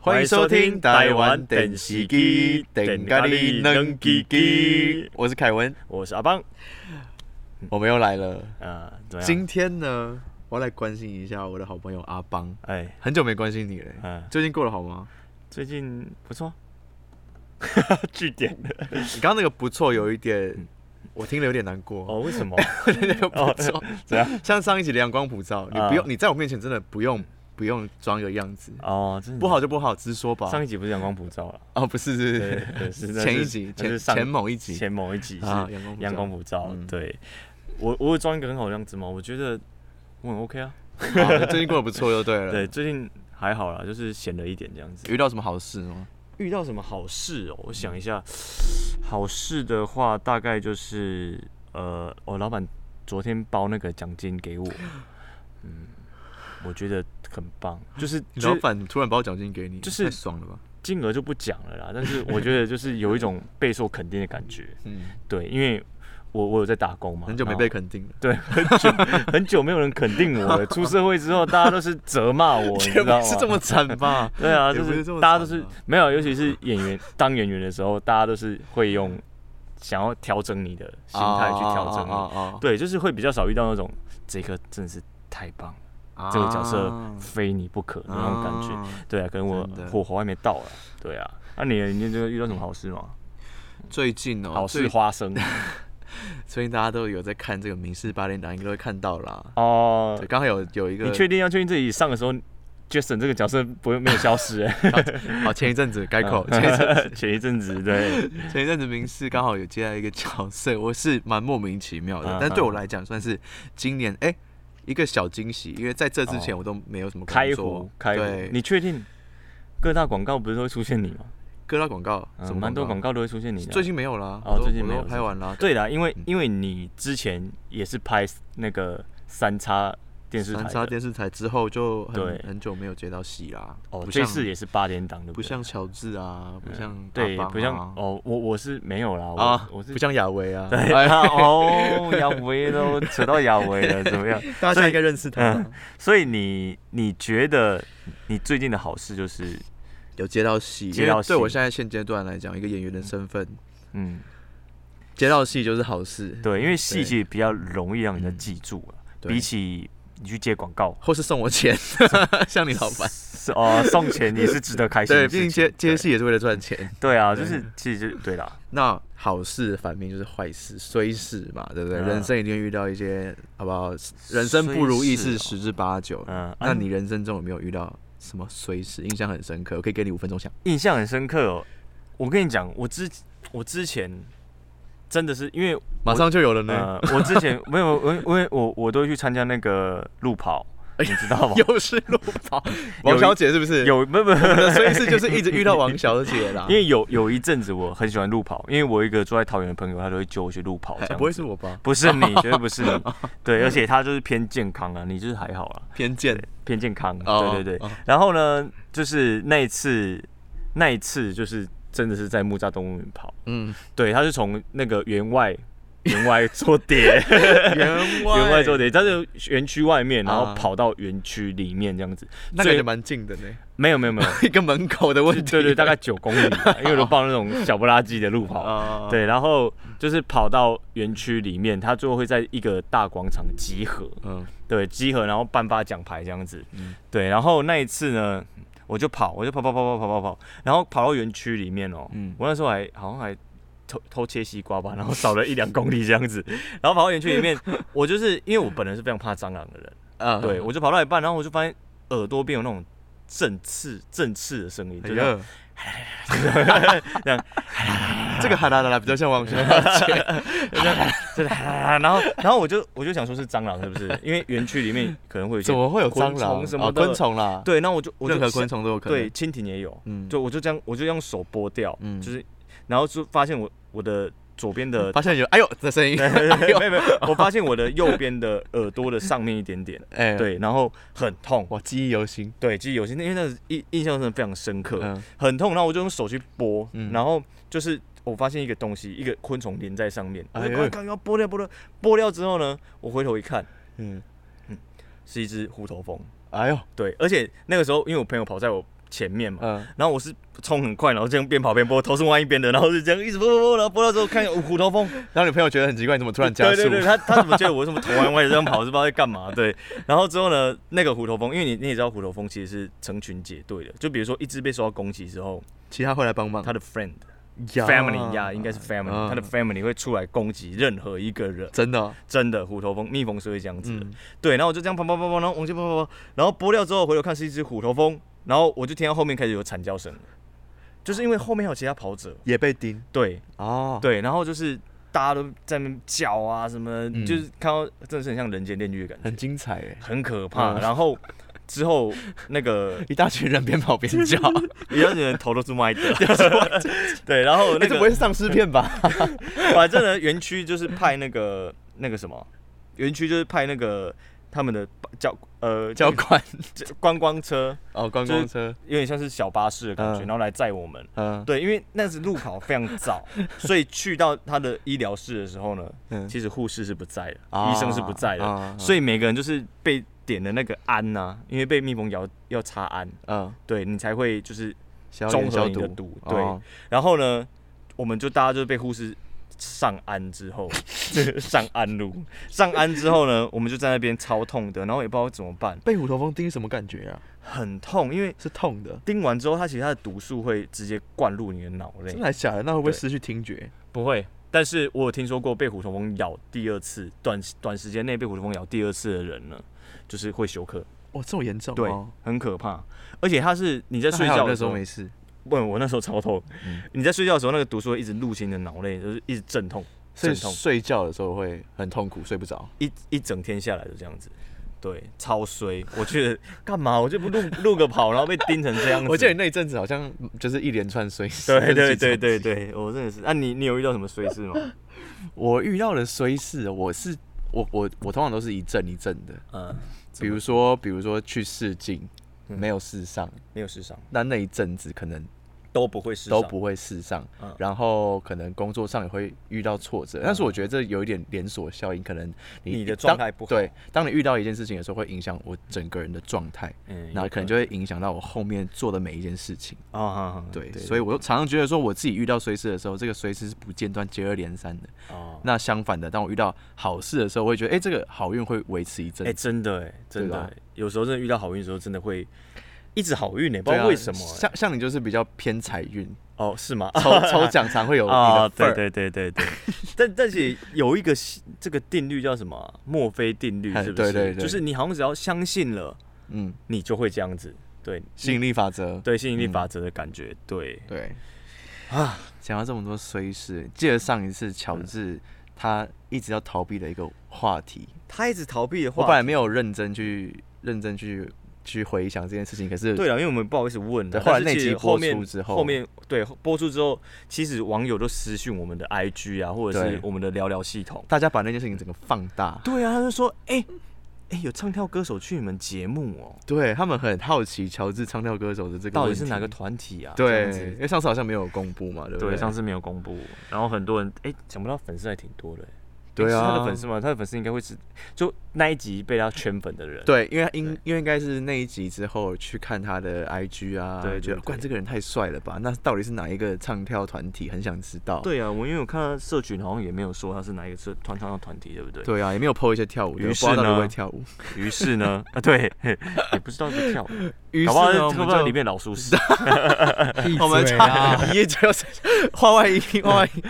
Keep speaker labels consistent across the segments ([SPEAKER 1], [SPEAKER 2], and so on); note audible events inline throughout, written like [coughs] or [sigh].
[SPEAKER 1] 欢迎收听台湾电视机，电咖喱能叽叽。我是呃凯文，
[SPEAKER 2] 我是阿邦。
[SPEAKER 1] 我们又来了。
[SPEAKER 2] 嗯啊，怎么样？
[SPEAKER 1] 今天呢，我要来关心一下我的好朋友阿邦，
[SPEAKER 2] 哎，
[SPEAKER 1] 很久没关心你了，欸
[SPEAKER 2] 嗯，
[SPEAKER 1] 最近过得好吗？
[SPEAKER 2] 最近
[SPEAKER 1] [laughs]
[SPEAKER 2] 不错，据点
[SPEAKER 1] 你刚刚那个不错，有一点我听了有点难过。
[SPEAKER 2] 嗯哦？为什么？
[SPEAKER 1] 那个 [laughs] 不错，
[SPEAKER 2] [laughs] 怎样？啊
[SPEAKER 1] 像上一集的阳光普照，你不用，你在我面前真的不用不用装个样子，
[SPEAKER 2] 哦，真的
[SPEAKER 1] 不好。就不好，直说吧。
[SPEAKER 2] 上一集不是阳光普照了？
[SPEAKER 1] 哦，不是，是
[SPEAKER 2] 对
[SPEAKER 1] 是
[SPEAKER 2] 对，是
[SPEAKER 1] 前一集
[SPEAKER 2] 那是
[SPEAKER 1] 前
[SPEAKER 2] 上
[SPEAKER 1] 前某一集
[SPEAKER 2] 前 [laughs] 某一集是
[SPEAKER 1] 啊，阳光
[SPEAKER 2] 阳光
[SPEAKER 1] 普
[SPEAKER 2] 普照
[SPEAKER 1] 嗯。
[SPEAKER 2] 对，我我有装一个很好的样子吗？我觉得我很 OK 啊。
[SPEAKER 1] 照，啊最近过得不错就对了。
[SPEAKER 2] 对，最近还好啦，就是闲了一点这样子。
[SPEAKER 1] 遇到什么好事哦吗？
[SPEAKER 2] 遇到什么好事哦？
[SPEAKER 1] 嗯
[SPEAKER 2] 我想一下，好事的话大概就是呃，我老板昨天包那个奖金给
[SPEAKER 1] [gasps]
[SPEAKER 2] 我，嗯，我觉得很
[SPEAKER 1] [gasps]
[SPEAKER 2] 棒，就是
[SPEAKER 1] 你
[SPEAKER 2] 就
[SPEAKER 1] 老
[SPEAKER 2] 是
[SPEAKER 1] 板突然包奖金给你，
[SPEAKER 2] 就是
[SPEAKER 1] 太爽了吧？
[SPEAKER 2] 金额就不讲了啦，但是我觉得就是有一种备受肯定的
[SPEAKER 1] [laughs]
[SPEAKER 2] 感觉，
[SPEAKER 1] 嗯，
[SPEAKER 2] 对，因为我我有在打工嘛，
[SPEAKER 1] 很久没
[SPEAKER 2] 然后
[SPEAKER 1] 被肯定了，
[SPEAKER 2] 对，很久很久没有人肯定我了。
[SPEAKER 1] [laughs]
[SPEAKER 2] 出社会之后，大家都是责骂我，你知
[SPEAKER 1] 也
[SPEAKER 2] 道啊
[SPEAKER 1] 不
[SPEAKER 2] 吗？
[SPEAKER 1] 是这么惨
[SPEAKER 2] [laughs]？
[SPEAKER 1] 吧
[SPEAKER 2] 对啊，
[SPEAKER 1] 也
[SPEAKER 2] 就
[SPEAKER 1] 不是
[SPEAKER 2] 是
[SPEAKER 1] 这么
[SPEAKER 2] 大家都
[SPEAKER 1] 惨
[SPEAKER 2] 是
[SPEAKER 1] 啊
[SPEAKER 2] 没有，尤其是演员 [laughs] 当演员的时候，大家都是会用想要调整你的心态
[SPEAKER 1] 哦
[SPEAKER 2] 去调整你。
[SPEAKER 1] 啊
[SPEAKER 2] 对，就是会比较少遇到那种这个真的是太棒了，
[SPEAKER 1] 啊
[SPEAKER 2] 这个角色非你不可的那种感觉。
[SPEAKER 1] 觉。
[SPEAKER 2] 对啊，可能我
[SPEAKER 1] 真的
[SPEAKER 2] 火候还没到了。对啊，那你呢你这个遇到什么好事吗？
[SPEAKER 1] 最近哦，
[SPEAKER 2] 好事
[SPEAKER 1] 最 [laughs]
[SPEAKER 2] 花生
[SPEAKER 1] 最近大家都有在看这个《民事八点档》，应该会看到啦。
[SPEAKER 2] 哦
[SPEAKER 1] 对，。刚好有有一个
[SPEAKER 2] 你，确定要确定自己上的时候，Jason 这个角色不会没有
[SPEAKER 1] [laughs]
[SPEAKER 2] 消失？哎
[SPEAKER 1] 好哦前一阵
[SPEAKER 2] 嗯
[SPEAKER 1] 子改口，前
[SPEAKER 2] [laughs]
[SPEAKER 1] 一阵
[SPEAKER 2] 前一阵子对，
[SPEAKER 1] 前一阵子《民事》刚好有接到一个角色，我是蛮莫名其妙的
[SPEAKER 2] 嗯，
[SPEAKER 1] 但对我来讲算是今年哎、一个小惊喜，因为在这之前
[SPEAKER 2] 哦
[SPEAKER 1] 我都没有什么工
[SPEAKER 2] 开
[SPEAKER 1] 作
[SPEAKER 2] 壶开壶
[SPEAKER 1] 对，，
[SPEAKER 2] 你确定各大广告不是都会出现你吗？
[SPEAKER 1] 割到广告，
[SPEAKER 2] 嗯
[SPEAKER 1] 什么
[SPEAKER 2] 蛮多
[SPEAKER 1] 广
[SPEAKER 2] 广
[SPEAKER 1] 告？
[SPEAKER 2] 告都会出现你的。
[SPEAKER 1] 最近没有啦，
[SPEAKER 2] 哦
[SPEAKER 1] 我都
[SPEAKER 2] 最近没有
[SPEAKER 1] 我都拍完啦。
[SPEAKER 2] 对啦，因为
[SPEAKER 1] 嗯
[SPEAKER 2] 因为你之前也是拍那个三叉电视台
[SPEAKER 1] 三
[SPEAKER 2] 的，
[SPEAKER 1] 叉电视台之后就很
[SPEAKER 2] 对
[SPEAKER 1] 很久没有接到戏啦，
[SPEAKER 2] 哦，
[SPEAKER 1] 不
[SPEAKER 2] 这
[SPEAKER 1] 像
[SPEAKER 2] 次也是八点档，对
[SPEAKER 1] 不
[SPEAKER 2] 对
[SPEAKER 1] 像乔治啊，不像
[SPEAKER 2] 对
[SPEAKER 1] 阿邦，啊
[SPEAKER 2] 不像哦，我我是没有啦，
[SPEAKER 1] 啊
[SPEAKER 2] 我，我是
[SPEAKER 1] 不像亚维啊， [laughs]
[SPEAKER 2] 对 [laughs]
[SPEAKER 1] 哎
[SPEAKER 2] 啊，哦，亚维都扯到亚维了，怎么
[SPEAKER 1] [laughs]
[SPEAKER 2] 样？
[SPEAKER 1] 大
[SPEAKER 2] 所
[SPEAKER 1] 家
[SPEAKER 2] 以
[SPEAKER 1] 应该认识他
[SPEAKER 2] 嗯
[SPEAKER 1] 吧，
[SPEAKER 2] 所以你你觉得你最近的好事就是，
[SPEAKER 1] 有接到戏，
[SPEAKER 2] 接到
[SPEAKER 1] 因为对
[SPEAKER 2] 戏
[SPEAKER 1] 我现在现阶段来讲，一个演员的身份，
[SPEAKER 2] 嗯，
[SPEAKER 1] 接到戏就是好事，
[SPEAKER 2] 对，因为戏
[SPEAKER 1] 对嗯
[SPEAKER 2] 剧比较容易让人家记住啊，
[SPEAKER 1] 对
[SPEAKER 2] 比起你去接广告，
[SPEAKER 1] 或是送我钱， [laughs] 像你老板。
[SPEAKER 2] 是哦，送钱也是值得开心
[SPEAKER 1] 对，
[SPEAKER 2] 的事
[SPEAKER 1] 毕
[SPEAKER 2] 情。
[SPEAKER 1] 竟接接
[SPEAKER 2] 对
[SPEAKER 1] 戏也是为了赚钱。
[SPEAKER 2] 对啊，就是其实就对啦，
[SPEAKER 1] 那好事反面就是坏事，衰事嘛，对不对？
[SPEAKER 2] 嗯
[SPEAKER 1] 人生一定会遇到一些，好不好？人生不如意事
[SPEAKER 2] 衰事
[SPEAKER 1] 十之八九。
[SPEAKER 2] 嗯，啊
[SPEAKER 1] 那你人生中有没有遇到什么衰事？印象很深刻，我可以给你五分钟想。
[SPEAKER 2] 印象很深刻哦。我跟你讲，我之我之前真的是因为
[SPEAKER 1] 马上就有了呢，？
[SPEAKER 2] 呃，我之前没有我因为我我都会去参加那个路跑，你知道吗
[SPEAKER 1] [laughs] 又是路跑，王小姐是不是？
[SPEAKER 2] 呃有没有没有
[SPEAKER 1] 我 [laughs] 的衰事就是一直遇到
[SPEAKER 2] [laughs]
[SPEAKER 1] 啊王小姐啦
[SPEAKER 2] 因。为有有一阵子我很喜欢路跑，因为我一个住在桃园的朋友，他都会揪我去路跑这
[SPEAKER 1] 哎
[SPEAKER 2] 样。
[SPEAKER 1] 不会是，我吧？
[SPEAKER 2] 不
[SPEAKER 1] [laughs]
[SPEAKER 2] 是你，绝对不是你。
[SPEAKER 1] 嗯
[SPEAKER 2] 对，而且他就是偏健康啊，你就是还好啦，
[SPEAKER 1] 偏见。
[SPEAKER 2] 偏健康。啊
[SPEAKER 1] 哦
[SPEAKER 2] 对对对
[SPEAKER 1] 哦。
[SPEAKER 2] 然后呢，就是那一次，那一次就是真的是在木栅动物园跑， [laughs]
[SPEAKER 1] 嗯，
[SPEAKER 2] 对，他是从那个园外。
[SPEAKER 1] [laughs]
[SPEAKER 2] 园外做蝶，
[SPEAKER 1] 员外
[SPEAKER 2] 园外做蝶，他是园区外面，然
[SPEAKER 1] 啊
[SPEAKER 2] 后跑到园区里面这样子。
[SPEAKER 1] [laughs] 那感
[SPEAKER 2] 最
[SPEAKER 1] 觉蛮近的呢，
[SPEAKER 2] 没有没有
[SPEAKER 1] [laughs]
[SPEAKER 2] 没有，
[SPEAKER 1] 一个门口的问题。
[SPEAKER 2] 对对，大概
[SPEAKER 1] [laughs]
[SPEAKER 2] 九公里吧，因为我都报那种小不拉几的路跑。
[SPEAKER 1] 啊，
[SPEAKER 2] 对，然后就是跑到园区里面，他最后会在一个大广场集合，
[SPEAKER 1] 嗯，
[SPEAKER 2] 对，集合然后颁发奖牌这样子。
[SPEAKER 1] 嗯
[SPEAKER 2] 对，然后那一次呢，我就跑，我就跑跑跑跑跑跑跑，然后跑到园区里面哦，
[SPEAKER 1] 嗯
[SPEAKER 2] 我那时候还好像还偷偷切西瓜吧，然后少了一两公里这样子，然后跑到园区里面，我就是因为我本人是非常怕蟑螂的人，
[SPEAKER 1] 啊
[SPEAKER 2] 对，我就跑到一半，然后我就发现耳朵边有那种振翅振翅的声音，
[SPEAKER 1] 哎
[SPEAKER 2] 就
[SPEAKER 1] 呀
[SPEAKER 2] 是
[SPEAKER 1] [laughs]
[SPEAKER 2] 这样，
[SPEAKER 1] 这个哈啦啦啦比较像王小姐，
[SPEAKER 2] 真的，然后然后我就我就想说是蟑螂是不是？因为园区里面可能会有一些
[SPEAKER 1] [laughs] 怎么会有
[SPEAKER 2] 昆
[SPEAKER 1] 蟑螂
[SPEAKER 2] 虫什么
[SPEAKER 1] 啊
[SPEAKER 2] 的
[SPEAKER 1] 昆。虫啦，
[SPEAKER 2] 对，那我就我就
[SPEAKER 1] 任何昆虫都有可能。
[SPEAKER 2] 对，，蜻蜓也有，
[SPEAKER 1] 嗯，
[SPEAKER 2] 就我就这样我就用手拨掉，
[SPEAKER 1] 嗯
[SPEAKER 2] 就是然后就发现我我的左边的。
[SPEAKER 1] 发现有哎呦这声音，
[SPEAKER 2] [laughs] 没有没有没有，我发现我的右边的耳朵的上面一点点，
[SPEAKER 1] 哎，，
[SPEAKER 2] 对，然后很痛，
[SPEAKER 1] 我记忆犹新。
[SPEAKER 2] 对，记忆犹新，因为那个印印象真的非常深刻，
[SPEAKER 1] 嗯，
[SPEAKER 2] 很痛，然后我就用手去拨，
[SPEAKER 1] 嗯
[SPEAKER 2] 然后就是我发现一个东西，一个昆虫连在上面，我
[SPEAKER 1] 哎
[SPEAKER 2] 就
[SPEAKER 1] 呦
[SPEAKER 2] 刚刚要剥掉剥掉剥掉之后呢，我回头一看
[SPEAKER 1] 嗯，
[SPEAKER 2] 是一只虎头蜂，
[SPEAKER 1] 哎呦，
[SPEAKER 2] 对，而且那个时候因为我朋友跑在我前面嘛，
[SPEAKER 1] 嗯，
[SPEAKER 2] 然后我是冲很快，然后这样边跑边拨，头是弯一边的，然后是这样一直拨拨拨，然后拨到之后看哦虎头蜂，
[SPEAKER 1] 然后女朋友觉得很奇怪，你怎么突然加速？
[SPEAKER 2] 对对对，他他怎么觉得我为什么头弯歪的这样跑，是不知道在干嘛？对，然后之后呢，那个虎头蜂，因为你你也知道虎头蜂其实是成群结队的，就比如说一只被受到攻击之后，
[SPEAKER 1] 其他会来帮忙。
[SPEAKER 2] 它的 friend
[SPEAKER 1] 哦呀
[SPEAKER 2] family 呀，应该是 family，
[SPEAKER 1] 嗯
[SPEAKER 2] 它的 family 会出来攻击任何一个人。
[SPEAKER 1] 真的哦，
[SPEAKER 2] 真的，虎头蜂蜜蜂是会这样子的。
[SPEAKER 1] 嗯，
[SPEAKER 2] 对，然后我就这样跑跑跑跑，然后往前跑跑跑，然后拨掉之后回头看是一只虎头蜂，然后我就听到后面开始有惨叫声了，就是因为后面还有其他跑者。
[SPEAKER 1] 也被叮
[SPEAKER 2] 对
[SPEAKER 1] 哦。
[SPEAKER 2] 对，然后就是大家都在那边叫啊什么，
[SPEAKER 1] 嗯
[SPEAKER 2] 就是看到真的是很像人间炼狱的感觉，
[SPEAKER 1] 很精彩哎，
[SPEAKER 2] 很可怕。
[SPEAKER 1] 嗯
[SPEAKER 2] 然后之后那
[SPEAKER 1] [laughs]
[SPEAKER 2] 个
[SPEAKER 1] 一大群人边跑边
[SPEAKER 2] [laughs]
[SPEAKER 1] 叫，
[SPEAKER 2] 有些人头都是歪 [laughs] 的，对，然后
[SPEAKER 1] 那
[SPEAKER 2] 那个
[SPEAKER 1] 哎个不会是丧尸片
[SPEAKER 2] [laughs]
[SPEAKER 1] 吧？
[SPEAKER 2] 反正呢，园区就是派那个那个什么，园区就是派那个他们的教呃
[SPEAKER 1] 教
[SPEAKER 2] [laughs]
[SPEAKER 1] 官
[SPEAKER 2] 这观光车，
[SPEAKER 1] 哦，观光车，
[SPEAKER 2] 有点像是小巴士的感觉，
[SPEAKER 1] 嗯
[SPEAKER 2] 然后来载我们。
[SPEAKER 1] 嗯，
[SPEAKER 2] 对，因为那时路跑非常早，所以去到他的医疗室的时候呢，
[SPEAKER 1] 嗯
[SPEAKER 2] 其实护士是不在的，
[SPEAKER 1] 啊
[SPEAKER 2] 医生是不在的，
[SPEAKER 1] 啊啊
[SPEAKER 2] 所以每个人就是被点的那个氨呐、因为被蜜蜂咬要擦氨，
[SPEAKER 1] 嗯，
[SPEAKER 2] 对你才会就是
[SPEAKER 1] 消
[SPEAKER 2] 综
[SPEAKER 1] 炎
[SPEAKER 2] 合
[SPEAKER 1] 消
[SPEAKER 2] 你的
[SPEAKER 1] 毒，
[SPEAKER 2] 毒，对，
[SPEAKER 1] 哦
[SPEAKER 2] 然后呢，我们就大家就被护士上岸之后， [laughs] 上岸路，上岸之后呢，我们就在那边超痛的，然后也不知道怎么办，
[SPEAKER 1] 被虎头蜂叮是什么感觉啊？
[SPEAKER 2] 很痛，因为
[SPEAKER 1] 是痛的，
[SPEAKER 2] 叮完之后，它其实它的毒素会直接灌入你的脑内
[SPEAKER 1] 真，的还假的？那会不会
[SPEAKER 2] 对
[SPEAKER 1] 失去听觉？
[SPEAKER 2] 不会。但是我有听说过被虎头蜂咬第二次，短短时间内被虎头蜂咬第二次的人呢，就是会休克，
[SPEAKER 1] 哇，这么严重？
[SPEAKER 2] 对，
[SPEAKER 1] 哦
[SPEAKER 2] 很可怕。而且它是你在
[SPEAKER 1] 那
[SPEAKER 2] 睡
[SPEAKER 1] 还好
[SPEAKER 2] 觉
[SPEAKER 1] 那
[SPEAKER 2] 的
[SPEAKER 1] 时
[SPEAKER 2] 时
[SPEAKER 1] 候
[SPEAKER 2] 候，
[SPEAKER 1] 没事，
[SPEAKER 2] 问我那时候超痛，
[SPEAKER 1] 嗯
[SPEAKER 2] 你在睡觉的时候，那个毒素会一直入侵你的脑内，就是一直阵痛，
[SPEAKER 1] 所以
[SPEAKER 2] 阵痛。
[SPEAKER 1] 睡觉的时候会很痛苦，睡不着。
[SPEAKER 2] 一一整天下来就这样子，对，超衰。我觉得干嘛？我就不录录个跑，然后被盯成这样子。
[SPEAKER 1] 我记得你那一阵子好像就是一连串 [laughs] 衰事。
[SPEAKER 2] 对对对
[SPEAKER 1] 就是
[SPEAKER 2] 对对，我真的是。那、啊你你有遇到什么衰事
[SPEAKER 1] [laughs]
[SPEAKER 2] 吗？
[SPEAKER 1] 几种，我遇到的衰事，哦我是我我我通常都是一阵一阵的，
[SPEAKER 2] 嗯，怎
[SPEAKER 1] 比
[SPEAKER 2] 么
[SPEAKER 1] 如说比如说去试镜
[SPEAKER 2] 嗯
[SPEAKER 1] 没有试上，
[SPEAKER 2] 没有受伤，
[SPEAKER 1] 那那一阵子可能
[SPEAKER 2] 都不会受
[SPEAKER 1] 都不会试上
[SPEAKER 2] 嗯，
[SPEAKER 1] 然后可能工作上也会遇到挫折，但是我觉得这有一点连锁效应，可能
[SPEAKER 2] 你的
[SPEAKER 1] 当
[SPEAKER 2] 状态不好
[SPEAKER 1] 对，当你遇到一件事情的时候，会影响我整个人的状态，
[SPEAKER 2] 嗯
[SPEAKER 1] 然后可能就会影响到我后面做的每一件事情。
[SPEAKER 2] 啊啊啊
[SPEAKER 1] 对，所以我常常觉得说，我自己遇到衰事的时候，这个衰事是不间断、接二连三的。
[SPEAKER 2] 哦，
[SPEAKER 1] 那相反的，当我遇到好事的时候，我会觉得，哎，这个好运会维持一阵
[SPEAKER 2] 哎、
[SPEAKER 1] 子。
[SPEAKER 2] 真的哎、真的
[SPEAKER 1] 对啊
[SPEAKER 2] 欸、
[SPEAKER 1] 吧
[SPEAKER 2] 有时候真的遇到好运的时候，真的会一直好运呢、不
[SPEAKER 1] 对
[SPEAKER 2] 知
[SPEAKER 1] 啊
[SPEAKER 2] 道为什么欸、
[SPEAKER 1] 像像你就是比较偏财运，
[SPEAKER 2] 哦，是吗？ [laughs]
[SPEAKER 1] 抽抽奖常会有你的份
[SPEAKER 2] 哦对
[SPEAKER 1] 儿。
[SPEAKER 2] 对对对对，
[SPEAKER 1] [laughs]
[SPEAKER 2] 但但是有一个这个定律叫什么啊、墨菲定律
[SPEAKER 1] 哎
[SPEAKER 2] 是不是？
[SPEAKER 1] 对对对
[SPEAKER 2] 就是你好像只要相信了，
[SPEAKER 1] 嗯，
[SPEAKER 2] 你就会这样子。对，
[SPEAKER 1] 吸引力法则。
[SPEAKER 2] 对吸引力法则的感觉，对
[SPEAKER 1] 对，
[SPEAKER 2] 啊，
[SPEAKER 1] 讲到这么多衰事，记得上一次乔
[SPEAKER 2] 嗯
[SPEAKER 1] 治他一直要逃避的一个话题，
[SPEAKER 2] 他一直逃避的话，
[SPEAKER 1] 我本来没有认真去认真去去回想这件事情，可是
[SPEAKER 2] 对了，因为我们不好意思问啊，
[SPEAKER 1] 对
[SPEAKER 2] 但
[SPEAKER 1] 后
[SPEAKER 2] 是
[SPEAKER 1] 来那
[SPEAKER 2] 其实
[SPEAKER 1] 集播
[SPEAKER 2] 后面
[SPEAKER 1] 出之后
[SPEAKER 2] 后面对播出之后，其实网友都私讯我们的 IG 啊，或者是
[SPEAKER 1] 对
[SPEAKER 2] 我们的聊聊系统，
[SPEAKER 1] 大家把那件事情整个放大，
[SPEAKER 2] 对啊，他就说，哎、哎、有唱跳歌手去你们节目哦，
[SPEAKER 1] 对他们很好奇乔治唱跳歌手的这个
[SPEAKER 2] 到底
[SPEAKER 1] 问
[SPEAKER 2] 是
[SPEAKER 1] 题
[SPEAKER 2] 哪个？团体啊？这样
[SPEAKER 1] 对，
[SPEAKER 2] 子
[SPEAKER 1] 因为上次好像没有公布嘛，对不
[SPEAKER 2] 对，
[SPEAKER 1] 对？
[SPEAKER 2] 上次没有公布，然后很多人哎、想不到粉丝还挺多的、欸。
[SPEAKER 1] 对
[SPEAKER 2] 诶是他的
[SPEAKER 1] 啊
[SPEAKER 2] 粉丝吗？他的粉丝应该会是就那一集被他圈粉的人。
[SPEAKER 1] 对，因为应因为应该是那一集之后去看他的 IG 啊，
[SPEAKER 2] 对对
[SPEAKER 1] 觉得
[SPEAKER 2] 对
[SPEAKER 1] 哇这个人太帅了吧？那到底是哪一个唱跳团体？很想知道。
[SPEAKER 2] 对啊，我因为我看到社群好像也没有说他是哪一个社团团的团体，对不对？。
[SPEAKER 1] 对啊，也没有 PO 一些跳舞的，
[SPEAKER 2] 于
[SPEAKER 1] 不知
[SPEAKER 2] 是
[SPEAKER 1] 道到底会不
[SPEAKER 2] 呢
[SPEAKER 1] 会跳舞。
[SPEAKER 2] 于是呢， [laughs] 啊对，嘿也不知道在跳 [laughs] 舞，
[SPEAKER 1] 于
[SPEAKER 2] 搞不好
[SPEAKER 1] 我
[SPEAKER 2] 搞不好里
[SPEAKER 1] 们
[SPEAKER 2] 面老鼠 [laughs] 屎。
[SPEAKER 1] 就我们差 [laughs] 一页就要画外音，画外音。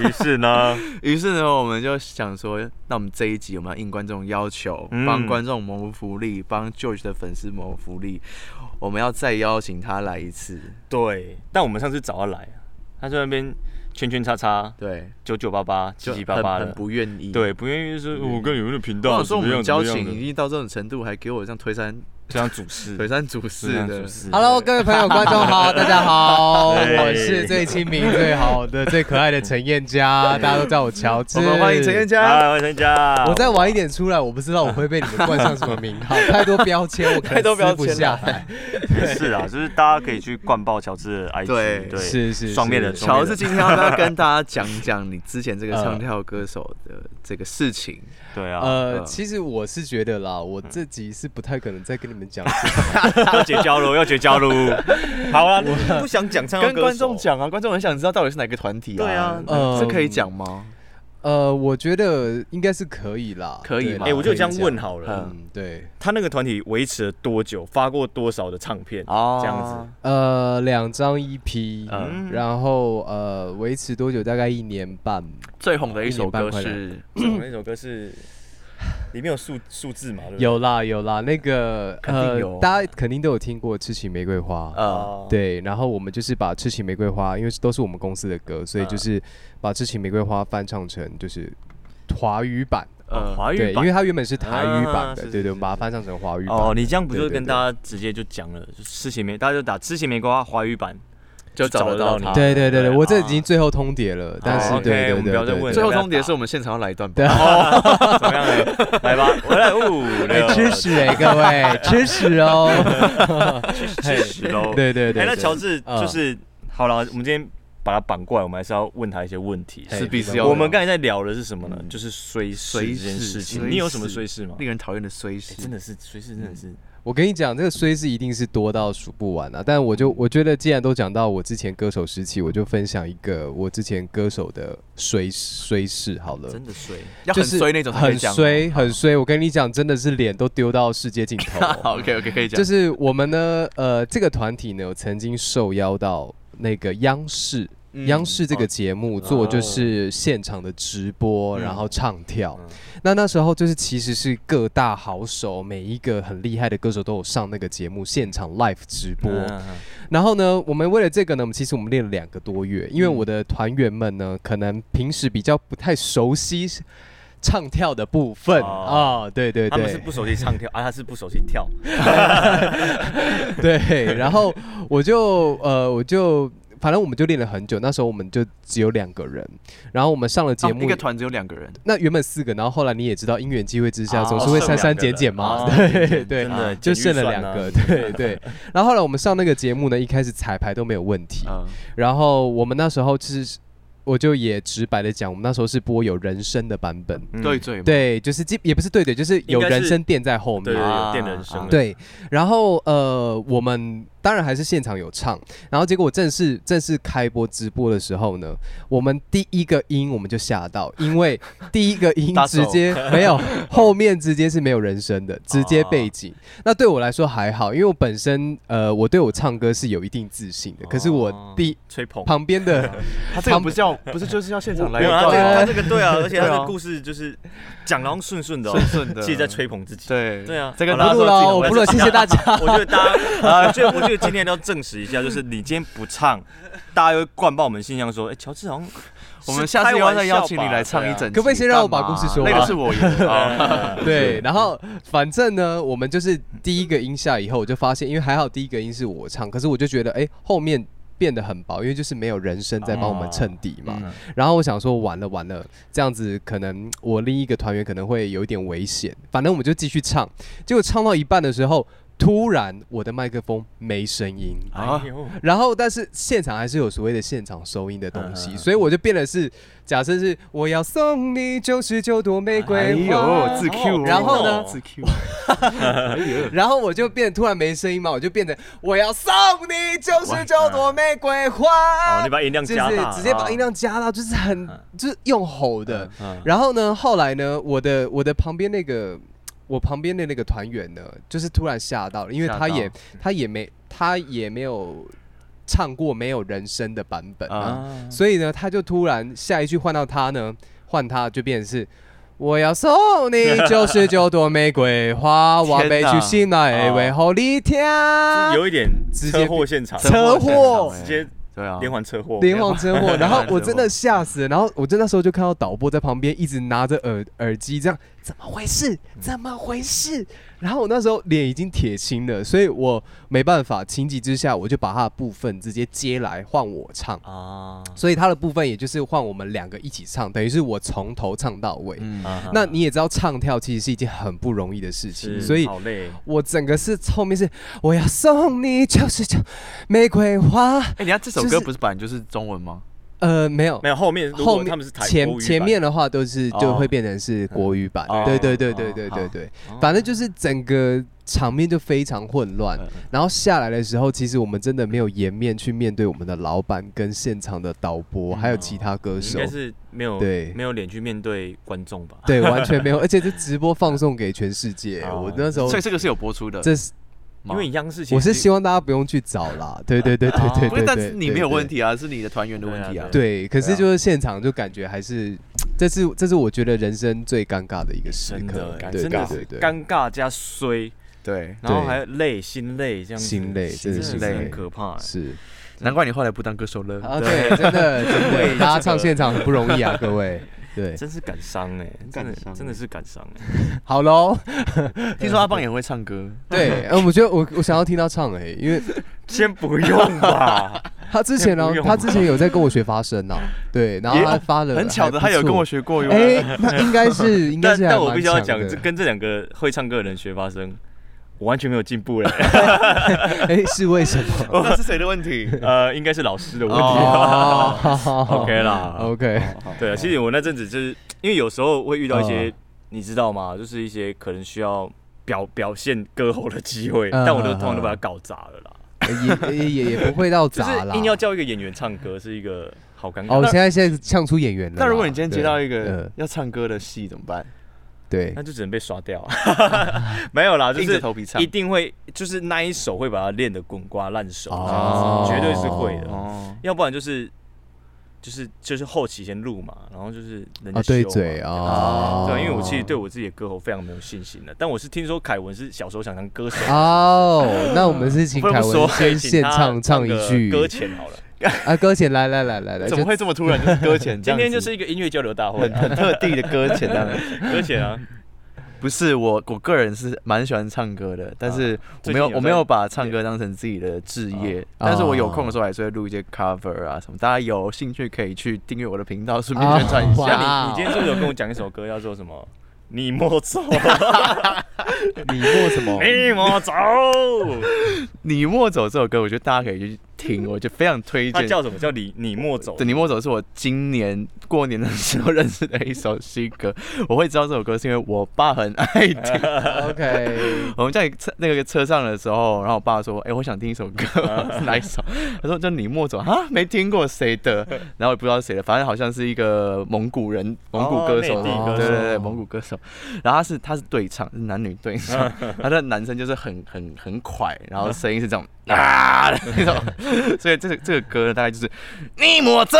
[SPEAKER 2] 于是呢，
[SPEAKER 1] 于是呢，我们就想说，那我们这一集我们要应观众要求，
[SPEAKER 2] 嗯
[SPEAKER 1] 帮观众谋福利，帮 George 的粉丝谋福利，我们要再邀请他来一次。
[SPEAKER 2] 对，但我们上次找他来啊，他在那边圈圈叉叉、
[SPEAKER 1] 对，
[SPEAKER 2] 九九八八、七
[SPEAKER 1] 就
[SPEAKER 2] 七
[SPEAKER 1] 很
[SPEAKER 2] 八八
[SPEAKER 1] 很
[SPEAKER 2] 的，
[SPEAKER 1] 不愿意。，
[SPEAKER 2] 对，不愿意就是哦我跟你们的频
[SPEAKER 1] 或
[SPEAKER 2] 道
[SPEAKER 1] 者说我
[SPEAKER 2] 怎么
[SPEAKER 1] 们
[SPEAKER 2] 样
[SPEAKER 1] 交
[SPEAKER 2] 怎么样
[SPEAKER 1] 情
[SPEAKER 2] 的
[SPEAKER 1] 已经到这种程度，还给我这样推山
[SPEAKER 2] 这样主事，
[SPEAKER 1] 推山阻势的。
[SPEAKER 2] 啊
[SPEAKER 3] Hello，各位朋友、观众
[SPEAKER 2] [laughs]
[SPEAKER 3] 好，大家好，
[SPEAKER 2] 对
[SPEAKER 3] 我是最亲民、最好的、最可爱的陈燕佳，大家都叫我乔治。
[SPEAKER 1] 我们欢迎陈燕。佳。
[SPEAKER 2] 来，我参加。
[SPEAKER 3] 我再晚一
[SPEAKER 2] [laughs]
[SPEAKER 3] 点出来，我不知道我会被你们冠上什么名号，太多标签，我可
[SPEAKER 1] 太多
[SPEAKER 3] 能
[SPEAKER 1] 标签
[SPEAKER 3] 撕不
[SPEAKER 1] 了
[SPEAKER 3] 下来。
[SPEAKER 2] 也是啊，就是大家可以去灌爆乔治的 IG，
[SPEAKER 4] 对
[SPEAKER 2] 对，
[SPEAKER 3] 是是
[SPEAKER 2] 双面人
[SPEAKER 3] 是
[SPEAKER 2] 双面
[SPEAKER 4] 乔治
[SPEAKER 2] 人
[SPEAKER 4] 今天要不要跟大家讲讲你之前这 [laughs] 个唱跳歌手的这个事情？
[SPEAKER 2] 对啊，
[SPEAKER 3] 呃，
[SPEAKER 4] 嗯
[SPEAKER 3] 其实我是觉得啦，我自己是不太可能再跟你们讲这个
[SPEAKER 2] 嗯要绝交喽，要绝交
[SPEAKER 3] [laughs]
[SPEAKER 2] 喽。好了，不想讲唱
[SPEAKER 4] 跟观众，讲啊，观众很想知道到底是哪个团体啊？
[SPEAKER 2] 对啊
[SPEAKER 4] 嗯这
[SPEAKER 3] 嗯
[SPEAKER 4] 可以讲吗？
[SPEAKER 3] 呃，我觉得应该是可以啦，
[SPEAKER 4] 可以
[SPEAKER 3] 对
[SPEAKER 4] 吗
[SPEAKER 2] 哎，我就这样问，
[SPEAKER 3] 啦
[SPEAKER 2] 好
[SPEAKER 3] 可以
[SPEAKER 2] 了
[SPEAKER 3] 讲，嗯，对，
[SPEAKER 2] 他那个团体维持了多久？发过多少的唱片？
[SPEAKER 3] 啊
[SPEAKER 4] 哦
[SPEAKER 2] 这样子，
[SPEAKER 3] 呃，两张 EP，、
[SPEAKER 2] 嗯
[SPEAKER 3] 然后呃，维持多久？大概一年半。
[SPEAKER 4] 最红的一首歌
[SPEAKER 3] 一年半快
[SPEAKER 4] 是
[SPEAKER 2] 那首歌是里面有数数字嘛？对不对
[SPEAKER 3] 有啦有啦，那个
[SPEAKER 4] 肯定
[SPEAKER 3] 呃
[SPEAKER 4] 有，
[SPEAKER 3] 大家肯定都有听过《痴情玫瑰花》
[SPEAKER 2] 啊
[SPEAKER 4] 呃，
[SPEAKER 3] 对，然后我们就是把《痴情玫瑰花》，因为都是我们公司的歌，所以
[SPEAKER 2] 啊
[SPEAKER 3] 就是把《痴情玫瑰花》翻唱成就是华语版，
[SPEAKER 2] 呃
[SPEAKER 4] 呃
[SPEAKER 2] 华
[SPEAKER 3] 对，
[SPEAKER 2] 语
[SPEAKER 3] 因
[SPEAKER 2] 版
[SPEAKER 3] 为。它原本是台语版
[SPEAKER 2] 啊
[SPEAKER 3] 的，
[SPEAKER 2] 是
[SPEAKER 3] 对
[SPEAKER 2] 是
[SPEAKER 3] 对，我们把它翻唱成华语版。
[SPEAKER 2] 哦，你这样不就
[SPEAKER 3] 对对
[SPEAKER 2] 跟
[SPEAKER 3] 对
[SPEAKER 2] 大家直接就讲了，就痴情玫，大家就打痴情玫瑰花华语
[SPEAKER 3] [laughs]
[SPEAKER 2] 版。
[SPEAKER 4] 就找得到
[SPEAKER 2] 就找得到
[SPEAKER 4] 你
[SPEAKER 2] 你。
[SPEAKER 3] 对对对对，
[SPEAKER 2] 对
[SPEAKER 3] 我这已
[SPEAKER 2] 啊哦
[SPEAKER 3] 经最后通牒了，但是
[SPEAKER 4] 好
[SPEAKER 3] 对
[SPEAKER 2] OK，我
[SPEAKER 3] 对对
[SPEAKER 2] 们不
[SPEAKER 3] 对，
[SPEAKER 2] 要再
[SPEAKER 3] 对
[SPEAKER 2] 问了
[SPEAKER 3] 对
[SPEAKER 4] 最后终结是我们现场要来一段
[SPEAKER 3] [laughs]
[SPEAKER 4] 吧。
[SPEAKER 2] 哦，怎么样呢？来吧，我来五
[SPEAKER 3] 哎，
[SPEAKER 2] 六
[SPEAKER 3] 吃屎哎，各
[SPEAKER 2] [laughs]
[SPEAKER 3] 位吃屎哦！
[SPEAKER 2] 吃屎
[SPEAKER 3] [laughs]
[SPEAKER 2] 喽。
[SPEAKER 3] 对对对，
[SPEAKER 2] 哎，那
[SPEAKER 3] 对
[SPEAKER 2] 乔治
[SPEAKER 3] 嗯
[SPEAKER 2] 就是好了，我们今天把他绑过来，我们还是要问他一些问题。
[SPEAKER 3] 嘿
[SPEAKER 4] 是必须要的
[SPEAKER 2] 我们刚才在聊的是什么呢？就是衰事
[SPEAKER 4] 衰
[SPEAKER 2] 这
[SPEAKER 4] 事
[SPEAKER 2] 件事
[SPEAKER 4] 衰
[SPEAKER 2] 情，你有什么
[SPEAKER 4] 事
[SPEAKER 2] 衰事吗？
[SPEAKER 4] 令人讨厌的衰
[SPEAKER 2] 哎
[SPEAKER 4] 事，
[SPEAKER 2] 真的是衰事，真的是
[SPEAKER 3] 我跟你讲，这个虽是一定是多到数不完啊，但我就我觉得，既然都讲到我之前歌手时期，我就分享一个我之前歌手的衰衰事好了。
[SPEAKER 2] 真的衰。
[SPEAKER 4] 要
[SPEAKER 3] 就
[SPEAKER 4] 很
[SPEAKER 3] 是
[SPEAKER 4] 衰那种才可以
[SPEAKER 3] 很
[SPEAKER 4] 讲哦。
[SPEAKER 3] 衰，很衰。我跟你讲，真的是脸都丢到世界尽头哦、
[SPEAKER 4] [laughs] 好 OK OK 可以讲。
[SPEAKER 3] 就是我们呢，呃，这个团体呢，有曾经受邀到那个央视，
[SPEAKER 4] 嗯
[SPEAKER 3] 央视这
[SPEAKER 2] 哦
[SPEAKER 3] 个节目做就是现场的直播，
[SPEAKER 4] 嗯
[SPEAKER 3] 然后唱跳。
[SPEAKER 2] 嗯
[SPEAKER 3] 那那时候就是其实是各大好手，每一个很厉害的歌手都有上那个节目现场 live 直播。
[SPEAKER 2] 嗯嗯
[SPEAKER 3] 然后呢，我们为了这个呢，我们其实我们练了两个多月，因为我的团员们呢，可能平时比较不太熟悉唱跳的部分啊、
[SPEAKER 2] 哦
[SPEAKER 3] 对对对，
[SPEAKER 2] 他们是不熟悉唱跳，啊，他是不熟悉跳。 [laughs]
[SPEAKER 3] 对，然后我就呃，我就反正我们就练了很久，那时候我们就只有两个人，然后我们上了节
[SPEAKER 4] 哦
[SPEAKER 3] 目。
[SPEAKER 4] 一个团只有两个人，
[SPEAKER 3] 那原本四个，然后后来你也知道，因缘机会之下，
[SPEAKER 2] 哦
[SPEAKER 3] 总是会
[SPEAKER 2] 剩两
[SPEAKER 3] 删删
[SPEAKER 2] 个
[SPEAKER 3] 减
[SPEAKER 2] 人
[SPEAKER 3] 减嘛
[SPEAKER 2] 哦，
[SPEAKER 3] 对对
[SPEAKER 2] 真的，
[SPEAKER 3] 就
[SPEAKER 2] 减
[SPEAKER 3] 剩
[SPEAKER 2] 预
[SPEAKER 3] 了
[SPEAKER 2] 算
[SPEAKER 3] 两
[SPEAKER 2] 啊
[SPEAKER 3] 个，对对。然后后来我们上那个节目呢，一开始彩排都没有问题，
[SPEAKER 4] 嗯，
[SPEAKER 3] 然后我们那时候是，我就也直白的讲，我们那时候是播有人声的版本，
[SPEAKER 2] 嗯
[SPEAKER 4] 对对嘛，
[SPEAKER 3] 对，就是基也不是对对，就是
[SPEAKER 2] 应
[SPEAKER 3] 有
[SPEAKER 2] 该是
[SPEAKER 3] 人声垫在后
[SPEAKER 2] 对
[SPEAKER 3] 面
[SPEAKER 2] 对，，
[SPEAKER 4] 啊
[SPEAKER 2] 有电人声的。
[SPEAKER 3] 对，然后呃，我们当然还是现场有唱，然后结果正式正式开播直播的时候呢，我们第一个音我们就吓到，因为第一个音
[SPEAKER 4] 大手
[SPEAKER 3] 直
[SPEAKER 2] [laughs]
[SPEAKER 3] 接没有，后面直接是没有人声的，直接背景。那对我来说还好，因为我本身呃，我对我唱歌是有一定自信的，可是
[SPEAKER 2] 哦
[SPEAKER 3] 我第
[SPEAKER 2] 吹捧。
[SPEAKER 3] 旁边的
[SPEAKER 4] 他这个
[SPEAKER 3] 他
[SPEAKER 4] 不叫，不是就是要现场来
[SPEAKER 2] 没
[SPEAKER 4] 一
[SPEAKER 2] 有，他这个他
[SPEAKER 4] 段吗
[SPEAKER 2] 这个对啊，而且他
[SPEAKER 4] 对
[SPEAKER 2] 的
[SPEAKER 4] 啊
[SPEAKER 2] 故事就是讲得好像顺顺的哦，
[SPEAKER 4] 顺顺的，
[SPEAKER 2] 自己在吹捧自己。
[SPEAKER 4] 对
[SPEAKER 2] 对啊，
[SPEAKER 4] 这个
[SPEAKER 2] [laughs] 好啦
[SPEAKER 3] 不录
[SPEAKER 2] 说自己
[SPEAKER 3] 了，
[SPEAKER 2] 很
[SPEAKER 3] 我
[SPEAKER 2] 会
[SPEAKER 3] 不录了，谢谢大家。
[SPEAKER 2] [laughs] 我觉得大家，啊，就我觉得今天要证实一下，就是你今天不唱，大家会灌爆我们信箱说，哎，乔治好像
[SPEAKER 1] [laughs]
[SPEAKER 4] 我们下次要再邀请你来唱一整
[SPEAKER 2] [laughs] 是开
[SPEAKER 4] 集，
[SPEAKER 2] 玩笑吧
[SPEAKER 3] 可不可以先让我把
[SPEAKER 4] 干嘛
[SPEAKER 3] 故事说完
[SPEAKER 4] 那个是我
[SPEAKER 3] [laughs]
[SPEAKER 4] 演
[SPEAKER 1] 哦
[SPEAKER 4] 啊，
[SPEAKER 3] 对，然后反正呢，我们就是第一个音下以后，我就发现，因为还好第一个音是我唱，可是我就觉得，哎、后面变得很薄，因为就是没有人声在帮我们衬底嘛。
[SPEAKER 2] 嗯
[SPEAKER 3] 然后我想说，完了完了，这样子可能我另一个团员可能会有一点危险。反正我们就继续唱，结果唱到一半的时候，突然我的麦克风没声音。
[SPEAKER 4] 啊
[SPEAKER 2] 哎呦
[SPEAKER 3] 然后，但是现场还是有所谓的现场收音的东西，
[SPEAKER 4] 啊
[SPEAKER 2] 嗯嗯嗯
[SPEAKER 3] 所以我就变得是，假设是我要送你九十九朵玫
[SPEAKER 4] 哎
[SPEAKER 3] 瑰花，
[SPEAKER 4] 呦，自 Q，哦
[SPEAKER 3] 然后呢
[SPEAKER 4] 自 Q，哎
[SPEAKER 2] [laughs]
[SPEAKER 4] 呦，
[SPEAKER 3] 然后我就变突然没声音嘛，我就变成我要送你九十九朵玫瑰
[SPEAKER 2] 好，
[SPEAKER 3] 花
[SPEAKER 2] 你，把音量
[SPEAKER 3] 就
[SPEAKER 2] 加大，
[SPEAKER 3] 是直接把音量加到，就是很
[SPEAKER 2] 嗯
[SPEAKER 3] 就是用吼的。
[SPEAKER 2] 嗯，
[SPEAKER 3] 然后呢，后来呢，我的我的旁边那个我旁边的那个团员呢，就是突然吓到了，因为
[SPEAKER 4] 吓
[SPEAKER 3] 他
[SPEAKER 4] 到
[SPEAKER 3] 也他也没他也没有唱过没有人声的版本啊，
[SPEAKER 2] 啊，
[SPEAKER 3] 所以呢，他就突然下一句换到他呢，换他就变成是。我要送你九十九朵玫瑰花，我
[SPEAKER 4] 天
[SPEAKER 3] 被
[SPEAKER 4] 哪
[SPEAKER 3] 去心来
[SPEAKER 2] 哦
[SPEAKER 3] 为好你听。
[SPEAKER 2] 有一点
[SPEAKER 3] 直
[SPEAKER 2] 车
[SPEAKER 3] 接
[SPEAKER 2] 祸现场，
[SPEAKER 3] 车
[SPEAKER 4] 祸
[SPEAKER 3] 祸
[SPEAKER 4] [laughs] 现
[SPEAKER 2] 直接对啊，
[SPEAKER 4] 连环车祸，
[SPEAKER 3] 连环车祸，然后我
[SPEAKER 2] 连环
[SPEAKER 3] 真
[SPEAKER 2] 车祸
[SPEAKER 3] 的吓死了，然后我真的那时候就看到导播在旁边一直拿着耳耳机这样，怎么回事？
[SPEAKER 4] 嗯
[SPEAKER 3] 怎么回事？然后我那时候脸已经铁青了，所以我没办法，情急之下我就把他的部分直接接来换我唱，
[SPEAKER 2] 啊，
[SPEAKER 3] 所以他的部分也就是换我们两个一起唱，等于是我从头唱到尾。
[SPEAKER 4] 嗯，
[SPEAKER 2] 啊
[SPEAKER 3] 那你也知道，唱跳其实是一件很不容易的事情，
[SPEAKER 2] 是
[SPEAKER 3] 所以
[SPEAKER 4] 好累，
[SPEAKER 3] 我整个是后面是我要送你九十九玫瑰花，
[SPEAKER 1] 哎，你看这首
[SPEAKER 3] 就
[SPEAKER 1] 歌
[SPEAKER 3] 是
[SPEAKER 1] 不是本来就是中文吗？
[SPEAKER 3] 呃，没有
[SPEAKER 4] 没，有后面如
[SPEAKER 3] 后
[SPEAKER 4] 果
[SPEAKER 3] 面
[SPEAKER 4] 他们是台
[SPEAKER 3] 前
[SPEAKER 4] 国语版
[SPEAKER 3] 前面的话都是就
[SPEAKER 1] 哦
[SPEAKER 3] 会变成是国语版，
[SPEAKER 1] 嗯
[SPEAKER 3] 对
[SPEAKER 1] 哦
[SPEAKER 3] 对对对
[SPEAKER 1] 哦
[SPEAKER 3] 对
[SPEAKER 1] 好
[SPEAKER 3] 对对，反正就是整个场面就非常混乱。然后下来的时候，其实我们真的没有颜面去面对我们的老板跟现场的导播，还有其他歌
[SPEAKER 2] 应
[SPEAKER 3] 手
[SPEAKER 2] 该。是没有
[SPEAKER 3] 对
[SPEAKER 2] 没有脸去面对观众
[SPEAKER 1] [laughs]
[SPEAKER 2] 吧？
[SPEAKER 3] 对，完全没有，而且这直播放送给全世界。
[SPEAKER 2] 哦
[SPEAKER 3] 我那时候
[SPEAKER 1] 所以这个是有播出的，
[SPEAKER 3] 这是
[SPEAKER 1] 吗
[SPEAKER 2] 因为央视其实
[SPEAKER 3] 我是希望大家不用去找
[SPEAKER 1] [laughs]
[SPEAKER 3] 啦。对对对对
[SPEAKER 2] 哦
[SPEAKER 3] 对对
[SPEAKER 1] 不
[SPEAKER 3] 对
[SPEAKER 1] 是，
[SPEAKER 3] 对，
[SPEAKER 1] 但是你没有
[SPEAKER 3] 对
[SPEAKER 1] 问。题啊，是你的团员的问题啊。
[SPEAKER 3] 对，可是
[SPEAKER 1] 对啊
[SPEAKER 3] 就是现场就感觉还是，这是这是我觉得人生最尴尬的一个时
[SPEAKER 2] 真
[SPEAKER 3] 刻
[SPEAKER 2] 的，哎
[SPEAKER 3] 对
[SPEAKER 2] 真
[SPEAKER 3] 对
[SPEAKER 2] 的
[SPEAKER 3] 对
[SPEAKER 2] 是
[SPEAKER 3] 对。
[SPEAKER 2] 尴尬加衰，
[SPEAKER 1] 对，
[SPEAKER 2] 然后
[SPEAKER 3] 对
[SPEAKER 2] 还有累，心累这样子，
[SPEAKER 3] 心累真的
[SPEAKER 2] 是
[SPEAKER 3] 是
[SPEAKER 2] 累，
[SPEAKER 3] 累
[SPEAKER 2] 很可怕
[SPEAKER 1] [laughs]
[SPEAKER 2] 欸。
[SPEAKER 3] 是
[SPEAKER 1] 难怪你后来不当歌手了。
[SPEAKER 3] 啊，对，真
[SPEAKER 1] [laughs]
[SPEAKER 3] 的真的，
[SPEAKER 2] 对
[SPEAKER 3] 大家
[SPEAKER 2] 这
[SPEAKER 3] 唱
[SPEAKER 2] 个
[SPEAKER 3] 现场很不容易啊，各位。对，
[SPEAKER 2] 真是感伤哎，真的
[SPEAKER 4] 感伤
[SPEAKER 2] 真的是感伤哎。
[SPEAKER 3] 好喽，
[SPEAKER 1] 听说阿棒也会唱歌，
[SPEAKER 3] 对，呃我觉得我我想要听他唱哎、因为
[SPEAKER 2] [laughs] 先不用吧，
[SPEAKER 3] 他之
[SPEAKER 1] [laughs]
[SPEAKER 3] 前呢
[SPEAKER 2] 不，用
[SPEAKER 3] 他之前有在跟我学发声呐、对，然后
[SPEAKER 1] 也
[SPEAKER 3] 他发了，
[SPEAKER 1] 很巧的，他有跟我。学过哟。
[SPEAKER 3] 哎、那应该是 [laughs] 应该
[SPEAKER 2] 但
[SPEAKER 3] 是还
[SPEAKER 2] 但我
[SPEAKER 3] 蛮
[SPEAKER 2] 必须要
[SPEAKER 3] 强
[SPEAKER 2] 讲，这
[SPEAKER 3] 的。
[SPEAKER 2] 跟这两个会唱歌的人学发声，我完全没有进步嘞。欸
[SPEAKER 3] [laughs] 哎、是为什么？
[SPEAKER 1] [laughs] 那是谁的问
[SPEAKER 3] [laughs]
[SPEAKER 1] 题？
[SPEAKER 2] 呃，应该是老师的问题。
[SPEAKER 3] 哦
[SPEAKER 2] [laughs] OK 啦
[SPEAKER 3] OK，
[SPEAKER 2] 对啊，其实我那阵子就是因为有时候会遇到一些
[SPEAKER 3] 嗯，
[SPEAKER 2] 你知道吗？就是一些可能需要表表现歌喉的机会，
[SPEAKER 3] 嗯
[SPEAKER 2] 但我都
[SPEAKER 3] 嗯
[SPEAKER 2] 通常都把它
[SPEAKER 3] 嗯
[SPEAKER 2] 搞砸了啦。
[SPEAKER 3] 也也也也不会到
[SPEAKER 2] 就是
[SPEAKER 3] 砸啦。
[SPEAKER 2] 硬要叫一个演员唱歌是一个好尴尬。
[SPEAKER 3] 哦，我现在现在唱出演员了啦。
[SPEAKER 1] 那如果你今天接到一
[SPEAKER 3] 对
[SPEAKER 1] 个
[SPEAKER 3] 呃
[SPEAKER 1] 要唱歌的戏怎么办？
[SPEAKER 3] 对
[SPEAKER 2] 那，就只能被刷掉啊！
[SPEAKER 3] [laughs]
[SPEAKER 2] 没有啦，就
[SPEAKER 1] 硬着
[SPEAKER 2] 是
[SPEAKER 1] 头皮唱
[SPEAKER 2] 一。定会，就是那一首会把它练得滚瓜烂熟这
[SPEAKER 3] 哦
[SPEAKER 2] 样子，绝对是会的。
[SPEAKER 1] 哦，
[SPEAKER 2] 要不然就是就是就是后期先录嘛，然后就是人家
[SPEAKER 3] 啊对
[SPEAKER 2] 修嘛
[SPEAKER 3] 嘴哦
[SPEAKER 2] 对，因为我其实对我自己的歌喉非常没有信心的。但我是听说凯文是小时候想当歌手，
[SPEAKER 3] 哦，那我们是请
[SPEAKER 2] 不得
[SPEAKER 3] 凯
[SPEAKER 2] 不
[SPEAKER 3] 文
[SPEAKER 2] 说
[SPEAKER 3] 先
[SPEAKER 2] 请
[SPEAKER 3] 现
[SPEAKER 2] 他
[SPEAKER 3] 唱唱一
[SPEAKER 2] 个
[SPEAKER 3] 句
[SPEAKER 2] 歌前好了。
[SPEAKER 3] 啊，搁浅来来来来来，
[SPEAKER 1] 怎么
[SPEAKER 3] 就
[SPEAKER 1] 会这么突然？就是搁
[SPEAKER 3] [laughs]
[SPEAKER 1] 浅这
[SPEAKER 2] 今
[SPEAKER 1] 样子。
[SPEAKER 2] 天就是一个音乐交流大会
[SPEAKER 1] 很
[SPEAKER 2] 啊，
[SPEAKER 1] 很特地的搁浅这样子。
[SPEAKER 2] 歌前
[SPEAKER 3] [laughs]
[SPEAKER 2] 啊，
[SPEAKER 1] 不是我，我个人是蛮喜欢唱歌的，但是我
[SPEAKER 2] 最近
[SPEAKER 1] 没有
[SPEAKER 2] 有在
[SPEAKER 1] 我没有把唱歌当成自己的职业，
[SPEAKER 3] 啊
[SPEAKER 1] 但是我有空的时候还是会录一些 cover 啊什么，大家有兴趣可以去订阅我的频道，顺便宣传一
[SPEAKER 3] 啊哇
[SPEAKER 1] 下。
[SPEAKER 2] 那你你今天是不是有跟我讲一首歌叫做什么？你莫走，
[SPEAKER 3] [laughs] 你做什么？
[SPEAKER 2] 你莫走，
[SPEAKER 1] 哎你莫走这首歌，我觉得大家可以去
[SPEAKER 3] 哎
[SPEAKER 1] 听，我就非常推
[SPEAKER 2] 它
[SPEAKER 1] 荐。
[SPEAKER 2] 叫什么？叫你你莫走
[SPEAKER 1] 对，。你莫走是我今年过年的时候认识的一首新歌，我会知道这首歌是因为我爸很
[SPEAKER 3] [laughs]
[SPEAKER 1] 爱听。
[SPEAKER 3] OK，
[SPEAKER 1] [laughs] 我们在车那个车上的时候，然后我爸说：“哎、我想听一首
[SPEAKER 2] [laughs]
[SPEAKER 1] 歌，是哪一首？”他说：“叫你莫走啊，没听过谁
[SPEAKER 2] [laughs]
[SPEAKER 1] 的，然后也不知道是谁的，反正好像是一个蒙古人、蒙古歌手，
[SPEAKER 2] 哦
[SPEAKER 1] 哦
[SPEAKER 2] 内地
[SPEAKER 3] 歌手
[SPEAKER 1] 对对对，蒙古歌手。然后他是他是对唱，是男女对
[SPEAKER 2] [laughs]
[SPEAKER 1] 唱，
[SPEAKER 2] 嗯
[SPEAKER 1] [laughs] 他的男生就是很很很快，然后声音是这
[SPEAKER 2] [laughs]
[SPEAKER 1] 种啊的那种，所以这个这个歌呢，大概就是你莫走，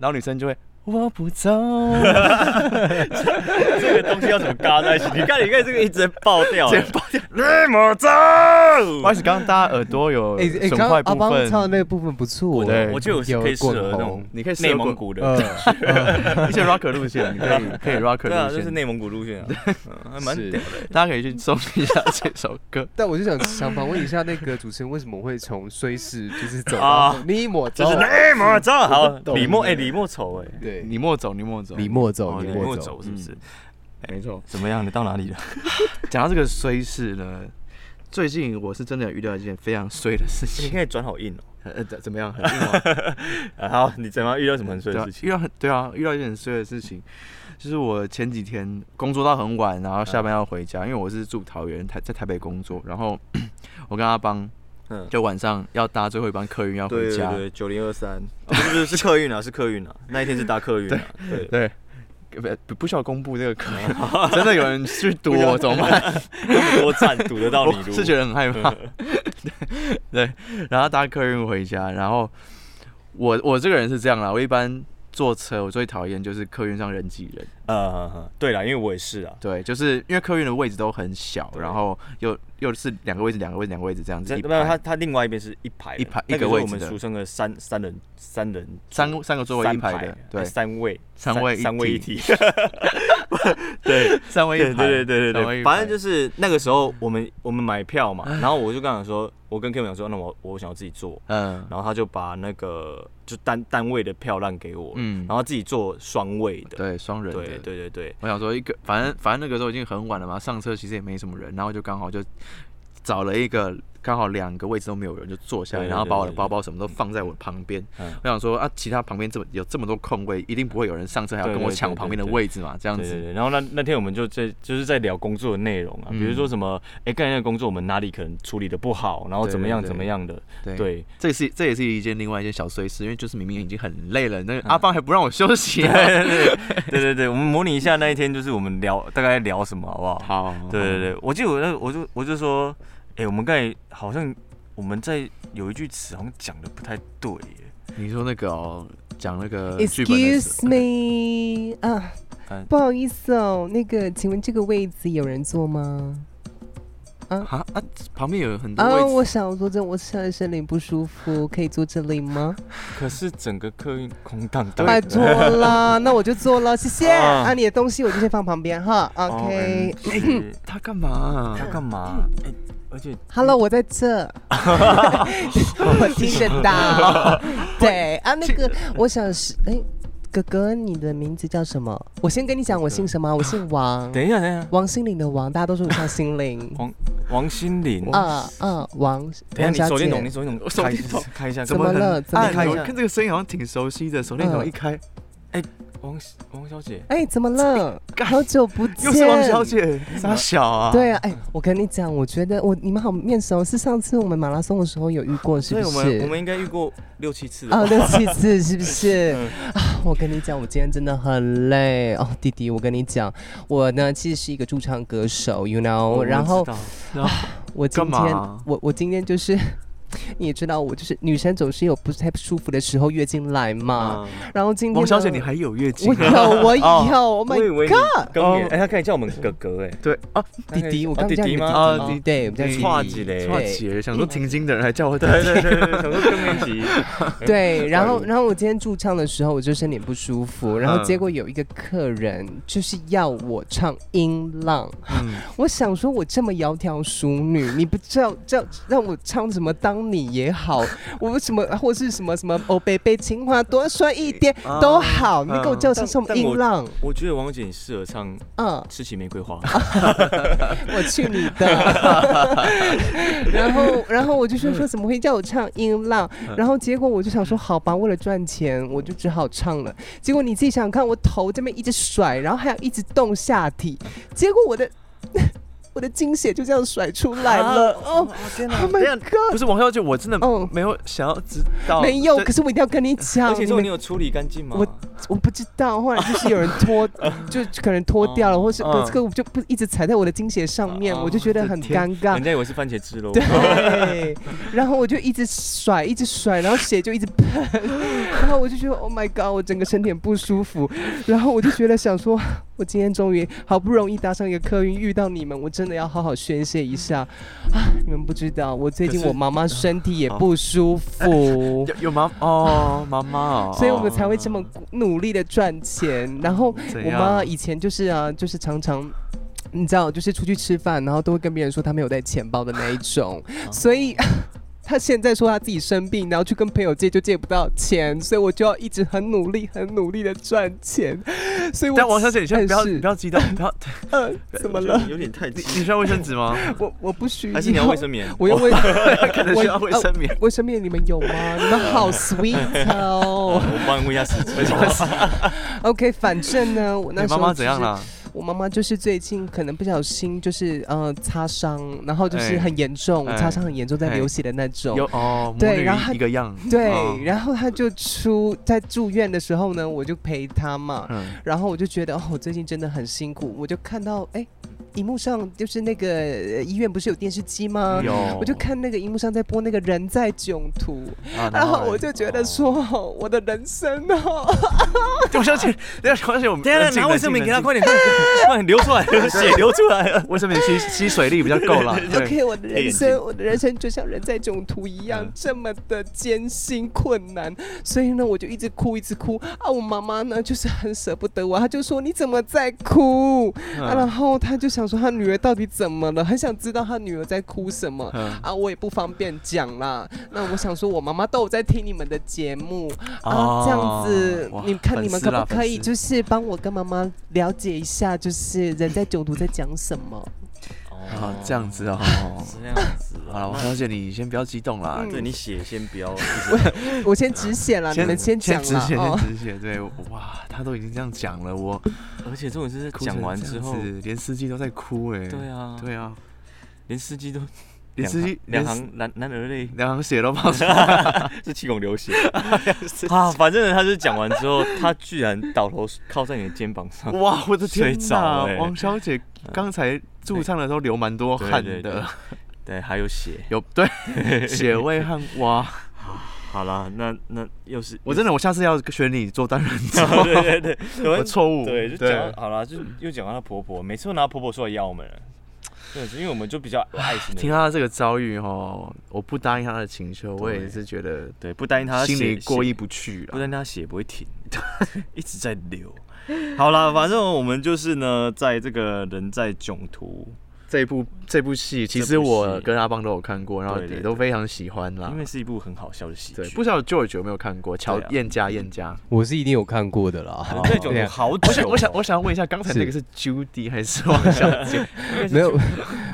[SPEAKER 1] 然后女生就会。”我不走，
[SPEAKER 2] [laughs] 这个东西要怎么嘎在一起？你看，你看这个一直在爆 [laughs] 掉，
[SPEAKER 1] 直接爆
[SPEAKER 2] 掉。你莫走，
[SPEAKER 1] 不好意思，刚刚大家耳朵有
[SPEAKER 3] 哎哎，
[SPEAKER 1] 损
[SPEAKER 3] 刚
[SPEAKER 1] 坏
[SPEAKER 3] 刚阿
[SPEAKER 1] 部
[SPEAKER 3] 邦
[SPEAKER 1] 分。
[SPEAKER 3] 唱的那个部分不错，
[SPEAKER 1] 对
[SPEAKER 2] 我觉得我是可以适合那
[SPEAKER 3] 有滚
[SPEAKER 2] 种
[SPEAKER 3] 红
[SPEAKER 1] 你可以适合
[SPEAKER 2] 内
[SPEAKER 1] 滚
[SPEAKER 2] 蒙古的，
[SPEAKER 1] [laughs]
[SPEAKER 3] 呃，
[SPEAKER 1] 而且 rock 路线，你可以可以 rock
[SPEAKER 2] [laughs] 对啊，
[SPEAKER 1] 路
[SPEAKER 2] 就
[SPEAKER 1] 线，
[SPEAKER 2] 是内蒙古路线啊， [laughs] 嗯还蛮
[SPEAKER 3] 是。
[SPEAKER 2] 屌的。
[SPEAKER 1] 大家可以去搜一下这首歌
[SPEAKER 3] 但我就想想访问一下那个主持人，为什么会从虽是就是走
[SPEAKER 2] 啊
[SPEAKER 3] 到你抹
[SPEAKER 2] 就
[SPEAKER 3] 走
[SPEAKER 2] 是，内莫走，好
[SPEAKER 3] 我不，懂
[SPEAKER 2] 李莫哎，李莫丑哎，
[SPEAKER 3] 对，
[SPEAKER 1] 你莫走，你莫走，
[SPEAKER 3] 你莫走，
[SPEAKER 2] 哦
[SPEAKER 3] 你
[SPEAKER 2] 李
[SPEAKER 3] 莫
[SPEAKER 2] 莫
[SPEAKER 3] 走，
[SPEAKER 2] 走是不是？
[SPEAKER 1] 哎没错。
[SPEAKER 2] 怎么样？你到哪里了？
[SPEAKER 1] 讲到这个衰事呢，最近我是真的有遇到一件非常衰的事
[SPEAKER 2] 你
[SPEAKER 1] 情。
[SPEAKER 2] 可以转好硬哦。
[SPEAKER 1] 呃，怎怎么 [laughs] 样？很硬吗？
[SPEAKER 2] 啊好，你怎么样遇到什么很衰
[SPEAKER 1] 对
[SPEAKER 2] 的
[SPEAKER 1] 啊
[SPEAKER 2] 事，情？
[SPEAKER 1] 遇到很对啊，遇到一件很衰的事情，就是我前几天工作到很晚，然后下
[SPEAKER 2] 嗯
[SPEAKER 1] 班要回家，因为我是住桃园，台在台北工作，然后 [coughs] 我跟阿邦
[SPEAKER 2] 嗯
[SPEAKER 1] 就晚上要搭最后一班客运要回
[SPEAKER 2] 对
[SPEAKER 1] 家
[SPEAKER 2] 对，对，九零二三，哦不是不是是客运啊，是客运啊，那一天是搭客运啊，对，
[SPEAKER 1] 对，不不不需要公布这个可
[SPEAKER 2] [laughs]
[SPEAKER 1] 能，真的有人去堵我怎么办？
[SPEAKER 2] 那么多站堵得到 [laughs]
[SPEAKER 1] 我
[SPEAKER 2] 你路，
[SPEAKER 1] 是觉得很害怕。
[SPEAKER 2] 嗯
[SPEAKER 1] [laughs] 对对，然后搭客运回家，然后我我这个人是这样啦，我一般坐车我最讨厌就是客运上人挤人，
[SPEAKER 2] 呃，对了，因为我也是啊，
[SPEAKER 1] 对，就是因为客运的位置都很小，
[SPEAKER 2] 对
[SPEAKER 1] 然后又又是两个位置、两个位置、两个位置这样子
[SPEAKER 2] 这
[SPEAKER 1] 一
[SPEAKER 2] 没有
[SPEAKER 1] 排，
[SPEAKER 2] 他他另外一边是一排的
[SPEAKER 1] 一排
[SPEAKER 2] 那
[SPEAKER 1] 一个
[SPEAKER 2] 是
[SPEAKER 1] 位
[SPEAKER 2] 我
[SPEAKER 1] 置
[SPEAKER 2] 们
[SPEAKER 1] 的
[SPEAKER 2] 俗称的三三人三人
[SPEAKER 1] 三个三个座位一
[SPEAKER 2] 三
[SPEAKER 1] 排的，对
[SPEAKER 2] 哎，三位
[SPEAKER 1] 三位一
[SPEAKER 2] 三位一
[SPEAKER 1] 体 [laughs]
[SPEAKER 2] 体，对。
[SPEAKER 1] 三位一
[SPEAKER 2] 对
[SPEAKER 1] 排，
[SPEAKER 2] 对对对
[SPEAKER 1] 三位
[SPEAKER 2] 对，
[SPEAKER 1] 一
[SPEAKER 2] 反
[SPEAKER 1] 排啊
[SPEAKER 2] 正就是那个时候我们我们买票嘛，然后我就跟他讲说，我跟 Kim 讲说，那我我想要自己坐，
[SPEAKER 1] 嗯
[SPEAKER 2] 然后他就把那个就单单位的票让给我，
[SPEAKER 1] 嗯，
[SPEAKER 2] 然后自己坐双位的，
[SPEAKER 1] 对双人的，
[SPEAKER 2] 对对对对，
[SPEAKER 1] 我想说一个，反正反正那个时候已经很晚了嘛，上车其实也没什么人，然后就刚好就找了一个刚好两个位置都没有人，就坐下来，
[SPEAKER 2] 对对
[SPEAKER 1] 然后把我的
[SPEAKER 2] 对对
[SPEAKER 1] 包包什么都放在我旁边。
[SPEAKER 2] 嗯
[SPEAKER 1] 我想说啊，其他旁边这么有这么多空位，一定不会有人上车还要
[SPEAKER 2] 对
[SPEAKER 1] 跟我
[SPEAKER 2] 对
[SPEAKER 1] 抢
[SPEAKER 2] 对
[SPEAKER 1] 我旁边的
[SPEAKER 2] 对对
[SPEAKER 1] 位置嘛，这样
[SPEAKER 2] 对对
[SPEAKER 1] 子。
[SPEAKER 2] 对，然后那那天我们就在就是在聊工作的内容
[SPEAKER 1] 嗯
[SPEAKER 2] 啊，比如说什么，哎，刚才那个工作我们哪里可能处理的不好，然后
[SPEAKER 1] 对
[SPEAKER 2] 怎么样
[SPEAKER 1] 对对
[SPEAKER 2] 怎么样的，
[SPEAKER 1] 对
[SPEAKER 2] 对，
[SPEAKER 1] 这也是这也是一件另外一件小碎事，因为就是明明已经很累了，那个阿邦还不让我休息、
[SPEAKER 2] 嗯
[SPEAKER 1] 啊
[SPEAKER 2] 对对对，我们模拟一下那一天，就是我们聊大概聊什么，好不好？
[SPEAKER 1] 好，
[SPEAKER 2] 对对对，我记得我那我就我就说，哎、我们刚才好像我们在有一句词好像讲的不太对耶，
[SPEAKER 1] 你说那个哦，讲那个剧本的时
[SPEAKER 5] Excuse me 啊
[SPEAKER 2] 嗯，
[SPEAKER 5] 不好意思哦，那个，请问这个位子有人坐吗？
[SPEAKER 1] 啊啊，旁边有很多
[SPEAKER 5] 啊，
[SPEAKER 1] 位置，
[SPEAKER 5] 我想坐这，我现在身体不舒服，可以坐这里
[SPEAKER 1] [laughs]
[SPEAKER 5] 吗？
[SPEAKER 2] 可是整个客运空荡荡。
[SPEAKER 5] 拜托啦，那我就坐了，谢谢。
[SPEAKER 2] 啊
[SPEAKER 5] 啊，你的东西我就先放旁边哈。OK，
[SPEAKER 2] 哦
[SPEAKER 1] 哦嗯
[SPEAKER 2] OK，
[SPEAKER 1] 他干嘛啊
[SPEAKER 2] 他？哎干嘛？哎而且
[SPEAKER 5] Hello，我在这，
[SPEAKER 1] [laughs]
[SPEAKER 5] 我听得
[SPEAKER 1] [laughs]
[SPEAKER 5] 到。对啊，那个，我想是，哎、哥哥，你的名字叫什么？我先跟你讲，我姓什么？啊我姓王，
[SPEAKER 2] 等一下，等一下，。
[SPEAKER 5] 王心凌的王，大家都说我像心凌
[SPEAKER 2] 王心凌，
[SPEAKER 5] 啊啊，王
[SPEAKER 2] 等一
[SPEAKER 5] 王
[SPEAKER 2] 下你
[SPEAKER 5] 小
[SPEAKER 2] 手电
[SPEAKER 5] 姐，
[SPEAKER 2] 筒，你手电筒，
[SPEAKER 1] 我手
[SPEAKER 2] 开一
[SPEAKER 1] 电筒
[SPEAKER 2] 下开一下，
[SPEAKER 5] 怎么
[SPEAKER 2] 可能
[SPEAKER 5] 了？？怎么
[SPEAKER 2] 你看一
[SPEAKER 5] 了？
[SPEAKER 2] 下
[SPEAKER 1] 哎这个声音好像挺熟悉的，手电筒
[SPEAKER 5] 嗯
[SPEAKER 1] 一开，
[SPEAKER 2] 王王小姐，
[SPEAKER 5] 哎，怎么了？好久不见，
[SPEAKER 1] 又是王小姐，傻小啊！
[SPEAKER 5] 对啊，哎，我跟你讲，我觉得我你们好面熟，是上次我们马拉松的时候有遇过，是
[SPEAKER 2] 所以
[SPEAKER 5] 不
[SPEAKER 2] 我们我
[SPEAKER 5] 是？
[SPEAKER 2] 们应该遇过六七次了吧
[SPEAKER 5] 啊，六七次是不是？啊，我跟你讲，我今天真的很累哦，弟弟，我跟你讲，我呢其实是一个驻唱歌手，you
[SPEAKER 2] 我
[SPEAKER 5] know，
[SPEAKER 2] 们
[SPEAKER 5] 然后
[SPEAKER 2] 知道
[SPEAKER 5] 我今
[SPEAKER 1] 干
[SPEAKER 5] 天
[SPEAKER 1] 嘛
[SPEAKER 5] 我我今天就是。 [laughs] 你也知道，我就是女生总是有不太舒服的时候，月经来嘛。
[SPEAKER 2] 啊，
[SPEAKER 5] 然后今天
[SPEAKER 1] 嗯王小姐，
[SPEAKER 5] 呢
[SPEAKER 1] 你还有月经
[SPEAKER 5] 我
[SPEAKER 1] 啊？
[SPEAKER 5] 有，我有
[SPEAKER 1] 哦
[SPEAKER 5] ，Oh
[SPEAKER 2] 我以
[SPEAKER 5] my
[SPEAKER 2] 为你
[SPEAKER 5] God！
[SPEAKER 2] 更年，哎，他可以叫我们哥哥，哎，
[SPEAKER 1] 对啊，
[SPEAKER 5] 弟弟，我刚
[SPEAKER 2] 弟
[SPEAKER 5] 刚叫你
[SPEAKER 2] 弟
[SPEAKER 5] 弟
[SPEAKER 2] 吗？哦
[SPEAKER 1] 啊
[SPEAKER 5] 弟
[SPEAKER 1] 弟
[SPEAKER 5] 对，我们叫弟
[SPEAKER 1] 弟
[SPEAKER 2] 跨
[SPEAKER 5] 弟。
[SPEAKER 2] 级嘞，
[SPEAKER 1] 哇
[SPEAKER 5] 对
[SPEAKER 1] 姐，想说停经的人还叫我
[SPEAKER 2] 对对对对，想说更年期，
[SPEAKER 5] 对，然后然后我今天驻唱的时候，我就身体不舒服，然后
[SPEAKER 1] 嗯
[SPEAKER 5] 结果有一个客人就是要我唱《音浪》， [laughs] 我想说我这么窈窕淑女，你不知道叫让我唱什么《当你》也好， [laughs] 我为什么或是什么什么哦，北北情话多说一点都好，你给我叫
[SPEAKER 2] 但
[SPEAKER 5] 成什么
[SPEAKER 2] 但
[SPEAKER 5] 《音
[SPEAKER 2] 我
[SPEAKER 5] 浪》？
[SPEAKER 2] 我觉得王姐你适合唱《
[SPEAKER 5] 嗯，
[SPEAKER 2] 痴情玫瑰花》
[SPEAKER 5] 我去你的！然后，然后我就说说怎么会叫我唱音浪？然后结果我就想说好吧，为了赚钱，我就只好唱了。结果你自己想想看，我头这边一直甩，然后还要一直动下体，结果我的 [laughs] 我的精血就这样甩出来了。哦
[SPEAKER 1] 天
[SPEAKER 5] ，Oh my god！
[SPEAKER 1] 不是王小姐，我真的
[SPEAKER 5] 哦
[SPEAKER 1] 没有想要知道，
[SPEAKER 5] 没有，
[SPEAKER 1] 这
[SPEAKER 5] 可是我一定要跟你讲
[SPEAKER 2] 而，且
[SPEAKER 5] 你
[SPEAKER 2] 说
[SPEAKER 5] 们
[SPEAKER 2] 你有处理干净吗？
[SPEAKER 5] 我不知道，后来就是有人脱，就可能脱掉了，或是
[SPEAKER 1] 嗯
[SPEAKER 5] 这个我就不一直踩在我的精血上面，
[SPEAKER 2] 哦
[SPEAKER 5] 我就觉得很
[SPEAKER 1] 天
[SPEAKER 5] 尴尬
[SPEAKER 2] 人。家以为是番茄汁喽。
[SPEAKER 5] 对，然后我就一直甩，一直甩，然后血就一直喷，然后我就觉得 Oh my God，我整个身体很不舒服，然后我就觉得想说，我今天终于好不容易搭上一个客运，遇到你们，我真的要好好宣泄一下啊！你们不知道，我最近
[SPEAKER 1] 可是
[SPEAKER 5] 我妈妈身体也不舒服。
[SPEAKER 1] 有有妈哦，妈妈哦，
[SPEAKER 5] 所以我们才会这么
[SPEAKER 1] 啊
[SPEAKER 5] 努力的赚钱。然后
[SPEAKER 1] 怎
[SPEAKER 5] 我
[SPEAKER 1] 样
[SPEAKER 5] 妈以前就是啊，就是常常。你知道，就是出去吃饭，然后都会跟别人说她没有带钱包的那一
[SPEAKER 1] [laughs]
[SPEAKER 5] 种，
[SPEAKER 1] 哦
[SPEAKER 5] 所以 [laughs] 她现在说她自己生病，然后去跟朋友借就借不到钱，所以我就要一直很努力、很努力的赚钱。所以我，
[SPEAKER 1] 但王小姐，你先不要
[SPEAKER 5] 但是
[SPEAKER 1] 不要激动，不要， [laughs]
[SPEAKER 5] 呃，怎么了？
[SPEAKER 2] 有点太
[SPEAKER 1] 你你需要卫生纸吗？
[SPEAKER 5] 我我不需要，
[SPEAKER 2] 还是你要卫生棉？
[SPEAKER 5] [laughs] 我要
[SPEAKER 1] 哦
[SPEAKER 5] [laughs] 哦卫
[SPEAKER 1] 可能需要卫生棉。
[SPEAKER 5] 卫生棉，你们有吗？你们
[SPEAKER 1] [laughs]
[SPEAKER 5] 好 sweet [laughs] 哦。
[SPEAKER 2] 我帮你问一下司机。
[SPEAKER 5] OK，反正呢，我那
[SPEAKER 1] 你
[SPEAKER 5] 时
[SPEAKER 1] 妈
[SPEAKER 5] 候
[SPEAKER 1] 妈
[SPEAKER 5] 就
[SPEAKER 1] 怎样
[SPEAKER 5] 是
[SPEAKER 1] 啦？
[SPEAKER 5] 我妈妈就是最近可能不小心就是呃擦伤，然后就是
[SPEAKER 1] 哎
[SPEAKER 5] 很严重，
[SPEAKER 1] 哎
[SPEAKER 5] 擦伤很严重，在
[SPEAKER 1] 哎
[SPEAKER 5] 流血的那种。
[SPEAKER 1] 有哦，母
[SPEAKER 5] 对
[SPEAKER 1] 女
[SPEAKER 5] 然后她
[SPEAKER 1] 一个样。
[SPEAKER 5] 对，
[SPEAKER 1] 哦
[SPEAKER 5] 然后她就出在住院的时候呢，我就陪她嘛，
[SPEAKER 1] 嗯，
[SPEAKER 5] 然后我就觉得哦，我最近真的很辛苦，我就看到哎，荧幕上就是那个呃医院不是有电视机吗？
[SPEAKER 2] 有，
[SPEAKER 5] 我就看那个荧幕上在播那个人在囧途，
[SPEAKER 1] 啊
[SPEAKER 5] 然后
[SPEAKER 1] 嘞
[SPEAKER 5] 我就觉
[SPEAKER 1] [laughs]
[SPEAKER 5] 得说，我的人生哦，
[SPEAKER 1] 我相 [laughs] 信，等一下相信我们
[SPEAKER 2] [laughs] 等一下
[SPEAKER 1] 冷静
[SPEAKER 2] 拿
[SPEAKER 1] 冷
[SPEAKER 2] 卫
[SPEAKER 1] 静
[SPEAKER 2] 生棉
[SPEAKER 1] [laughs]
[SPEAKER 2] 给他，
[SPEAKER 1] 冷
[SPEAKER 2] 快点，快点，快点流出
[SPEAKER 1] [laughs]
[SPEAKER 2] 来，血流出来了。
[SPEAKER 1] 静卫生棉吸吸水力比较
[SPEAKER 2] [laughs]
[SPEAKER 1] 够了。对，
[SPEAKER 5] OK，我的人
[SPEAKER 2] 眼
[SPEAKER 5] 生，我的人生就像人在囧途一样，
[SPEAKER 1] 嗯
[SPEAKER 5] 这么的艰辛困难，所以呢，我就一直哭，一直哭啊。我妈妈呢，就是很舍不得我，她就说你怎么在哭、啊？
[SPEAKER 1] 嗯
[SPEAKER 5] 然后她就想说她女儿到底怎么了，很想知道她女儿在哭什么。
[SPEAKER 1] 嗯
[SPEAKER 5] 啊，我也不方便讲啦。那我想说，我妈妈都有在听你们的节目啊，
[SPEAKER 1] 哦
[SPEAKER 5] 这样子
[SPEAKER 1] 哇，
[SPEAKER 5] 你看你们
[SPEAKER 1] 粉丝
[SPEAKER 5] 可
[SPEAKER 1] 啦
[SPEAKER 5] 不可以
[SPEAKER 1] 粉丝
[SPEAKER 5] 就是帮我跟妈妈了解一下，就是人在囧途在讲什么？
[SPEAKER 1] 啊，这样子哦。
[SPEAKER 2] 这样子
[SPEAKER 1] 好了，我小姐，你先不要激动啦
[SPEAKER 5] 嗯，
[SPEAKER 2] 对你血先不要，
[SPEAKER 5] [laughs] 我先止血了，你们
[SPEAKER 1] 先
[SPEAKER 5] 讲
[SPEAKER 1] 止
[SPEAKER 5] 了
[SPEAKER 1] 血，先
[SPEAKER 5] 哦。
[SPEAKER 1] 止血。对，哇，他都已经这样讲了，我
[SPEAKER 2] 而且重点是
[SPEAKER 1] 哭
[SPEAKER 2] 讲
[SPEAKER 1] 成
[SPEAKER 2] 完
[SPEAKER 1] 这
[SPEAKER 2] 之
[SPEAKER 1] 样
[SPEAKER 2] 后，
[SPEAKER 1] 子连司机都在哭哎。
[SPEAKER 2] 对啊，
[SPEAKER 1] 对啊，
[SPEAKER 2] 连司机都
[SPEAKER 1] 连司机
[SPEAKER 2] 两
[SPEAKER 1] 连
[SPEAKER 2] 行男男儿泪
[SPEAKER 1] 两行血都冒出来。
[SPEAKER 2] 是气孔流血啊！反正呢他就讲完之后，他居然倒头靠在你的肩膀上，
[SPEAKER 1] [laughs] 哇，我的天
[SPEAKER 2] 啊睡着
[SPEAKER 1] 哪
[SPEAKER 2] 欸！
[SPEAKER 1] 王小姐刚才驻唱的时候流蛮多汗
[SPEAKER 2] 对对对
[SPEAKER 1] 的，
[SPEAKER 2] 对，还有血。
[SPEAKER 1] 有对
[SPEAKER 2] [laughs]
[SPEAKER 1] 血味汗哇！
[SPEAKER 2] 好啦，那那又是
[SPEAKER 1] 我真的，我下次要学你做单人
[SPEAKER 2] [laughs] 对
[SPEAKER 1] 座，
[SPEAKER 2] 对对，
[SPEAKER 1] [laughs] 我错误。
[SPEAKER 2] 对，就讲啊到好啦，就又讲到她婆婆，每次都拿婆婆出来压我们了，对，因为我们就比较爱心的
[SPEAKER 1] 听
[SPEAKER 2] 人，
[SPEAKER 1] 到这个遭遇哦，我不答应他的请求，我也
[SPEAKER 2] 对
[SPEAKER 1] 是觉得
[SPEAKER 2] 对，不担心她
[SPEAKER 1] 心
[SPEAKER 2] 血
[SPEAKER 1] 里过
[SPEAKER 2] 血
[SPEAKER 1] 意不去
[SPEAKER 2] 不
[SPEAKER 1] 了。
[SPEAKER 2] 然他血不会停，一直在流。好啦，反正我们就是呢，在这个人在囧途，
[SPEAKER 1] 这部这部戏，其实
[SPEAKER 2] 这部戏
[SPEAKER 1] 我跟阿邦都有看过，然后
[SPEAKER 2] 对对
[SPEAKER 1] 也
[SPEAKER 2] 对
[SPEAKER 1] 都非常喜欢啦
[SPEAKER 2] 因。为是一部很好笑的喜
[SPEAKER 1] 啊对，
[SPEAKER 2] 剧。
[SPEAKER 1] 不知道 George 有没有看过《乔
[SPEAKER 2] 对啊
[SPEAKER 1] 燕家燕家》？
[SPEAKER 3] 我是一定有看过的啦。
[SPEAKER 2] 人在囧
[SPEAKER 3] 对
[SPEAKER 2] 途
[SPEAKER 3] 啊
[SPEAKER 2] 好久哦，
[SPEAKER 1] 我 [laughs] 想，我想，我想要问一下，刚才那个是 Judy 还是王小姐？ [laughs]
[SPEAKER 3] 没有， [laughs]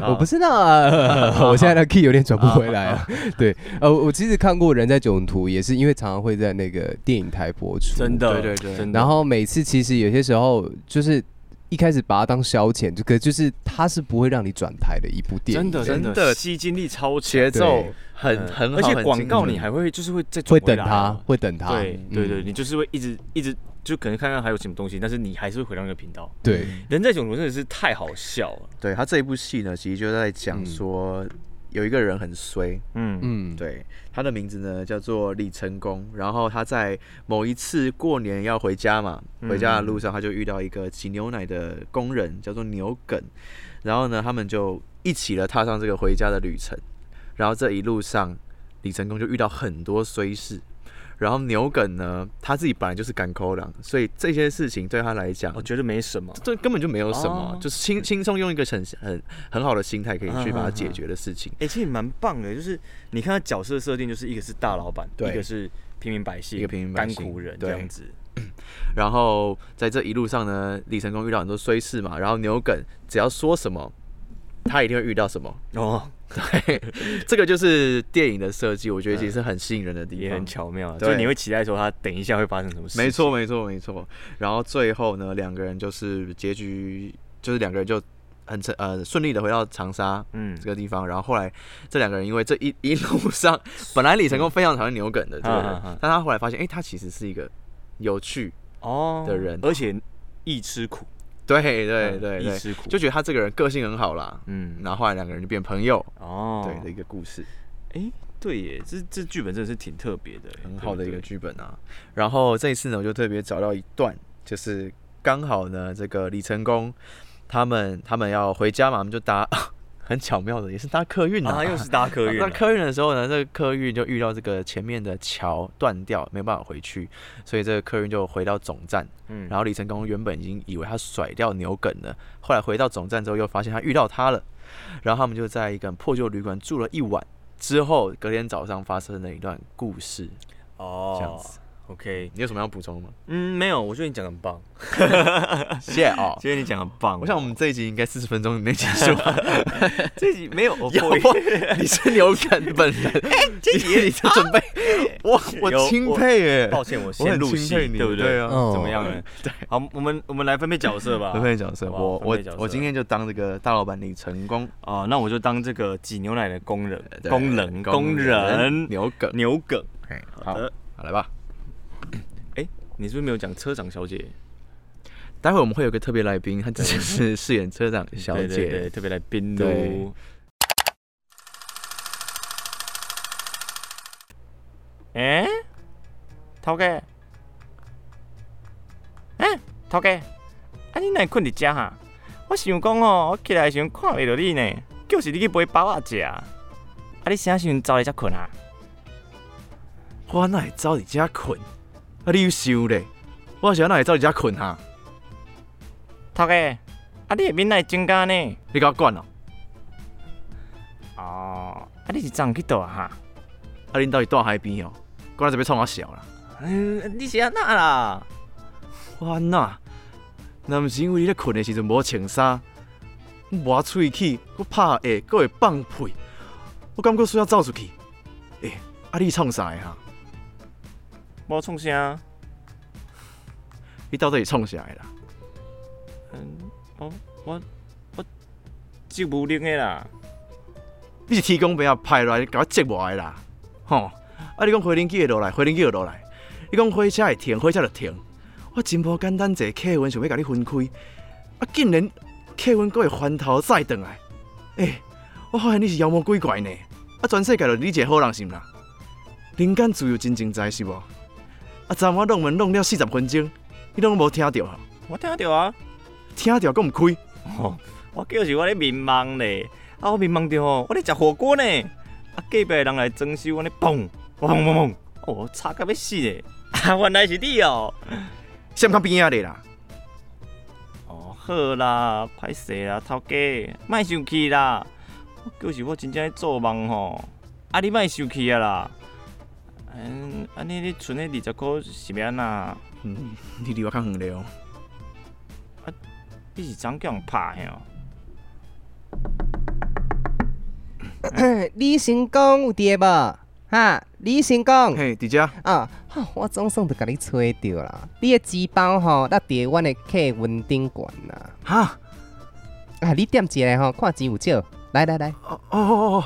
[SPEAKER 3] 我不知道啊，我现在的 key 有点转不回来啊。对，呃，我其实看过《人在囧途》，也是因为常常会在那个电影台播出，
[SPEAKER 2] 真的，
[SPEAKER 1] 对对对
[SPEAKER 2] 真的。
[SPEAKER 3] 然后每次其实有些时候就是一开始把它当消遣，就可就是它是不会让你转台的一部电
[SPEAKER 2] 真
[SPEAKER 3] 影，
[SPEAKER 2] 的
[SPEAKER 1] 真
[SPEAKER 2] 真的
[SPEAKER 1] 的
[SPEAKER 2] 吸睛力超强，
[SPEAKER 1] 节奏
[SPEAKER 2] 嗯
[SPEAKER 1] 很很好，
[SPEAKER 2] 而且
[SPEAKER 1] 很
[SPEAKER 2] 广
[SPEAKER 1] 精
[SPEAKER 2] 告
[SPEAKER 1] 准
[SPEAKER 2] 你还会就是会再转
[SPEAKER 3] 会
[SPEAKER 2] 回
[SPEAKER 3] 等
[SPEAKER 2] 来
[SPEAKER 3] 它，
[SPEAKER 2] 哦
[SPEAKER 3] 会等它，
[SPEAKER 2] 对
[SPEAKER 3] 嗯
[SPEAKER 2] 对对，你就是会一直一直就可能看看还有什么东西，但是你还是会回到那个频道。
[SPEAKER 3] 对
[SPEAKER 2] 人在囧途真的是太好笑了，
[SPEAKER 1] 对他这一部戏呢，其实就在讲
[SPEAKER 3] 嗯
[SPEAKER 1] 说有一个人很衰，
[SPEAKER 2] 嗯，
[SPEAKER 3] 嗯，
[SPEAKER 1] 对，他的名字呢叫做李成功。然后他在某一次过年要回家嘛，
[SPEAKER 2] 嗯
[SPEAKER 1] 回家的路上他就遇到一个挤牛奶的工人，叫做牛梗。然后呢，他们就一起了踏上这个回家的旅程。然后这一路上，李成功就遇到很多衰事。然后牛梗呢，他自己本来就是赶口狼，所以这些事情对他来讲
[SPEAKER 2] 我，觉得没什么，
[SPEAKER 1] 哦这根本就没有什么，
[SPEAKER 2] 哦
[SPEAKER 1] 就是轻轻松用一个很很很好的心态可以去把它
[SPEAKER 2] 嗯嗯
[SPEAKER 1] 解
[SPEAKER 2] 嗯
[SPEAKER 1] 决的事情。
[SPEAKER 2] 哎、其实蛮棒的，就是你看他角色设定，就是一个是大老板，
[SPEAKER 1] 对
[SPEAKER 2] 一个是平民百姓，
[SPEAKER 1] 一个平民百姓
[SPEAKER 2] 甘苦人这
[SPEAKER 1] 对
[SPEAKER 2] 样子。
[SPEAKER 1] 然后在这一路上呢，李成功遇到很多衰事嘛，然后牛梗只要说什么，他一定会遇到什么。 [laughs]
[SPEAKER 2] 哦，
[SPEAKER 1] 对，这个就是电影的设计，我觉得其实很吸引人的地
[SPEAKER 2] 也
[SPEAKER 1] 方
[SPEAKER 2] 很。巧妙啊，
[SPEAKER 1] 对
[SPEAKER 2] 就是你会期待说他等一下会发生什么事。
[SPEAKER 1] 没，错，没错，没错。然后最后呢，两个人就是结局，就是两个人就很成呃顺利的回到长沙，
[SPEAKER 2] 嗯
[SPEAKER 1] 这个地方。然后后来这两个人因为这一一路上，本来李成功非常讨厌牛梗的这个人
[SPEAKER 2] 嗯嗯嗯，
[SPEAKER 1] 但他后来发现，哎、他其实是一个有趣，
[SPEAKER 2] 哦
[SPEAKER 1] 的人
[SPEAKER 2] 而且易吃苦，
[SPEAKER 1] 对对
[SPEAKER 2] 嗯
[SPEAKER 1] 对
[SPEAKER 2] 易
[SPEAKER 1] 对，
[SPEAKER 2] 吃苦，
[SPEAKER 1] 就觉得他这个人个性很好啦。
[SPEAKER 2] 嗯，
[SPEAKER 1] 然后后来两个人就变朋友，
[SPEAKER 2] 哦，
[SPEAKER 1] 对的一个故事，
[SPEAKER 2] 哎，对耶，这这剧本真的是挺特别的耶，
[SPEAKER 1] 很好的一个
[SPEAKER 2] 对不对。
[SPEAKER 1] 剧本啊。然后这一次呢，我就特别找到一段，就是刚好呢，这个李成功他们他们要回家嘛，我们就搭。 [laughs] 很巧妙的，也是搭客运
[SPEAKER 2] 啊，又是搭
[SPEAKER 1] [laughs]
[SPEAKER 2] 客运
[SPEAKER 1] 那
[SPEAKER 2] 了，
[SPEAKER 1] 客运的时候呢，这个客运就遇到这个前面的桥断掉，没有办法回去，所以这个客运就回到总站。
[SPEAKER 2] 嗯
[SPEAKER 1] 然后李成功原本已经以为他甩掉牛梗了，后来回到总站之后又发现他遇到他了，然后他们就在一个破旧旅馆住了一晚。之后隔天早上发生的一段故事，
[SPEAKER 2] 哦，
[SPEAKER 1] 这样子
[SPEAKER 2] OK，
[SPEAKER 1] 你有什么要补充吗？
[SPEAKER 2] 嗯，没有，我觉得你讲得很棒，
[SPEAKER 1] 谢 [laughs] 谢哦。
[SPEAKER 2] 觉得你讲得很棒。
[SPEAKER 1] 我想我们这一集应该四十分钟以内结束吧。 [laughs]
[SPEAKER 2] 这集没有， [laughs] 我
[SPEAKER 1] 有哎
[SPEAKER 2] 不
[SPEAKER 1] 你是牛梗本 [laughs] 人，你你就准备，我
[SPEAKER 2] 有
[SPEAKER 1] 我钦佩哎，
[SPEAKER 2] [laughs] 抱歉，我
[SPEAKER 1] 啊我
[SPEAKER 2] 先
[SPEAKER 1] 很
[SPEAKER 2] 入
[SPEAKER 1] 钦
[SPEAKER 2] 戏，
[SPEAKER 1] 佩你
[SPEAKER 2] 对不
[SPEAKER 1] 对啊
[SPEAKER 2] 怎么样呢？
[SPEAKER 1] 对，
[SPEAKER 2] 好，我们我们来分配角色吧。
[SPEAKER 1] 分配角色，
[SPEAKER 2] 啊好不好
[SPEAKER 1] 我
[SPEAKER 2] 分
[SPEAKER 1] 我
[SPEAKER 2] 配角色
[SPEAKER 1] 我今天就当这个大老板李成功，
[SPEAKER 2] 哦，那我就当这个挤牛奶的工人，工人，工呃人，
[SPEAKER 1] 牛梗，
[SPEAKER 2] 牛梗。
[SPEAKER 1] 嘿好
[SPEAKER 2] 好的，
[SPEAKER 1] 好来吧。
[SPEAKER 2] 哎，你是不是没有讲车长小姐？
[SPEAKER 1] 待会我们会有个特别来宾，他之前是饰演车长小
[SPEAKER 2] 对对
[SPEAKER 1] 姐
[SPEAKER 2] 对，，特别来宾
[SPEAKER 1] 对
[SPEAKER 2] 都哎，头家，哎，头家，啊你哪困伫遮哈？我想讲哦，我起来的时阵看袂到你呢，就是你去买包仔食。啊你啥时阵走来才困啊？
[SPEAKER 1] 我哪会走你家困？啊，你有想嘞？我想哪会走你家困哈？
[SPEAKER 2] 头家，啊你的面来增加呢？
[SPEAKER 1] 你给我管哦！
[SPEAKER 2] 哦，啊你是怎去倒啊哈？
[SPEAKER 1] 啊，恁到底住海边哦？管这边冲我笑啦！
[SPEAKER 2] 嗯，你是安那啦？
[SPEAKER 1] 我哪？那毋是因为你咧困的时阵无穿衫，磨喙齿，我拍下，佫会放屁，我感觉需要走出去。诶、啊你创啥的哈、
[SPEAKER 2] 无创啥？
[SPEAKER 1] 你到底是创啥的啦？
[SPEAKER 2] 嗯，我我我就无能的啦。
[SPEAKER 1] 你是天公伯啊，派落来甲我折磨的啦，吼！啊，你讲回轮机会落来，回轮机会落来，你讲火车会停，火车就停。我真无简单，一个客运想要甲你分开，啊，竟然客运阁会翻头再转来，诶、我发现你是妖魔鬼怪呢！啊，全世界就你一个好人是毋啦？人间自有真情在是无？啊，昨晚弄门弄了四十分钟，你拢无听着，
[SPEAKER 2] 我听着啊，
[SPEAKER 1] 听着阁毋开，
[SPEAKER 2] 哦，我叫是我咧眠梦咧，啊我眠梦着吼，我咧食火锅呢，啊隔壁的人来装修，我咧砰砰砰砰，哦吵到要死咧， [laughs] 啊原来是你哦，
[SPEAKER 1] 闪较边仔咧啦！
[SPEAKER 2] 哦好啦，歹势啦，头家，莫生气啦，我叫是我真正咧做梦吼，啊你莫生气啊啦，嗯，安尼你存咧二十箍是要安那？
[SPEAKER 1] 嗯，你离我较远咧哦。
[SPEAKER 2] 你是怎叫人拍的哦？
[SPEAKER 5] 你成功有伫无？哈，你成功
[SPEAKER 1] 嘿，伫遮。
[SPEAKER 5] 啊！哈我总算就甲你吹着啦。你的钱包吼，那伫阮的客运顶悬啦。
[SPEAKER 1] 哈，
[SPEAKER 5] 啊，你点一个吼，看钱有少。来来来，啊
[SPEAKER 1] 哦哦哦哦，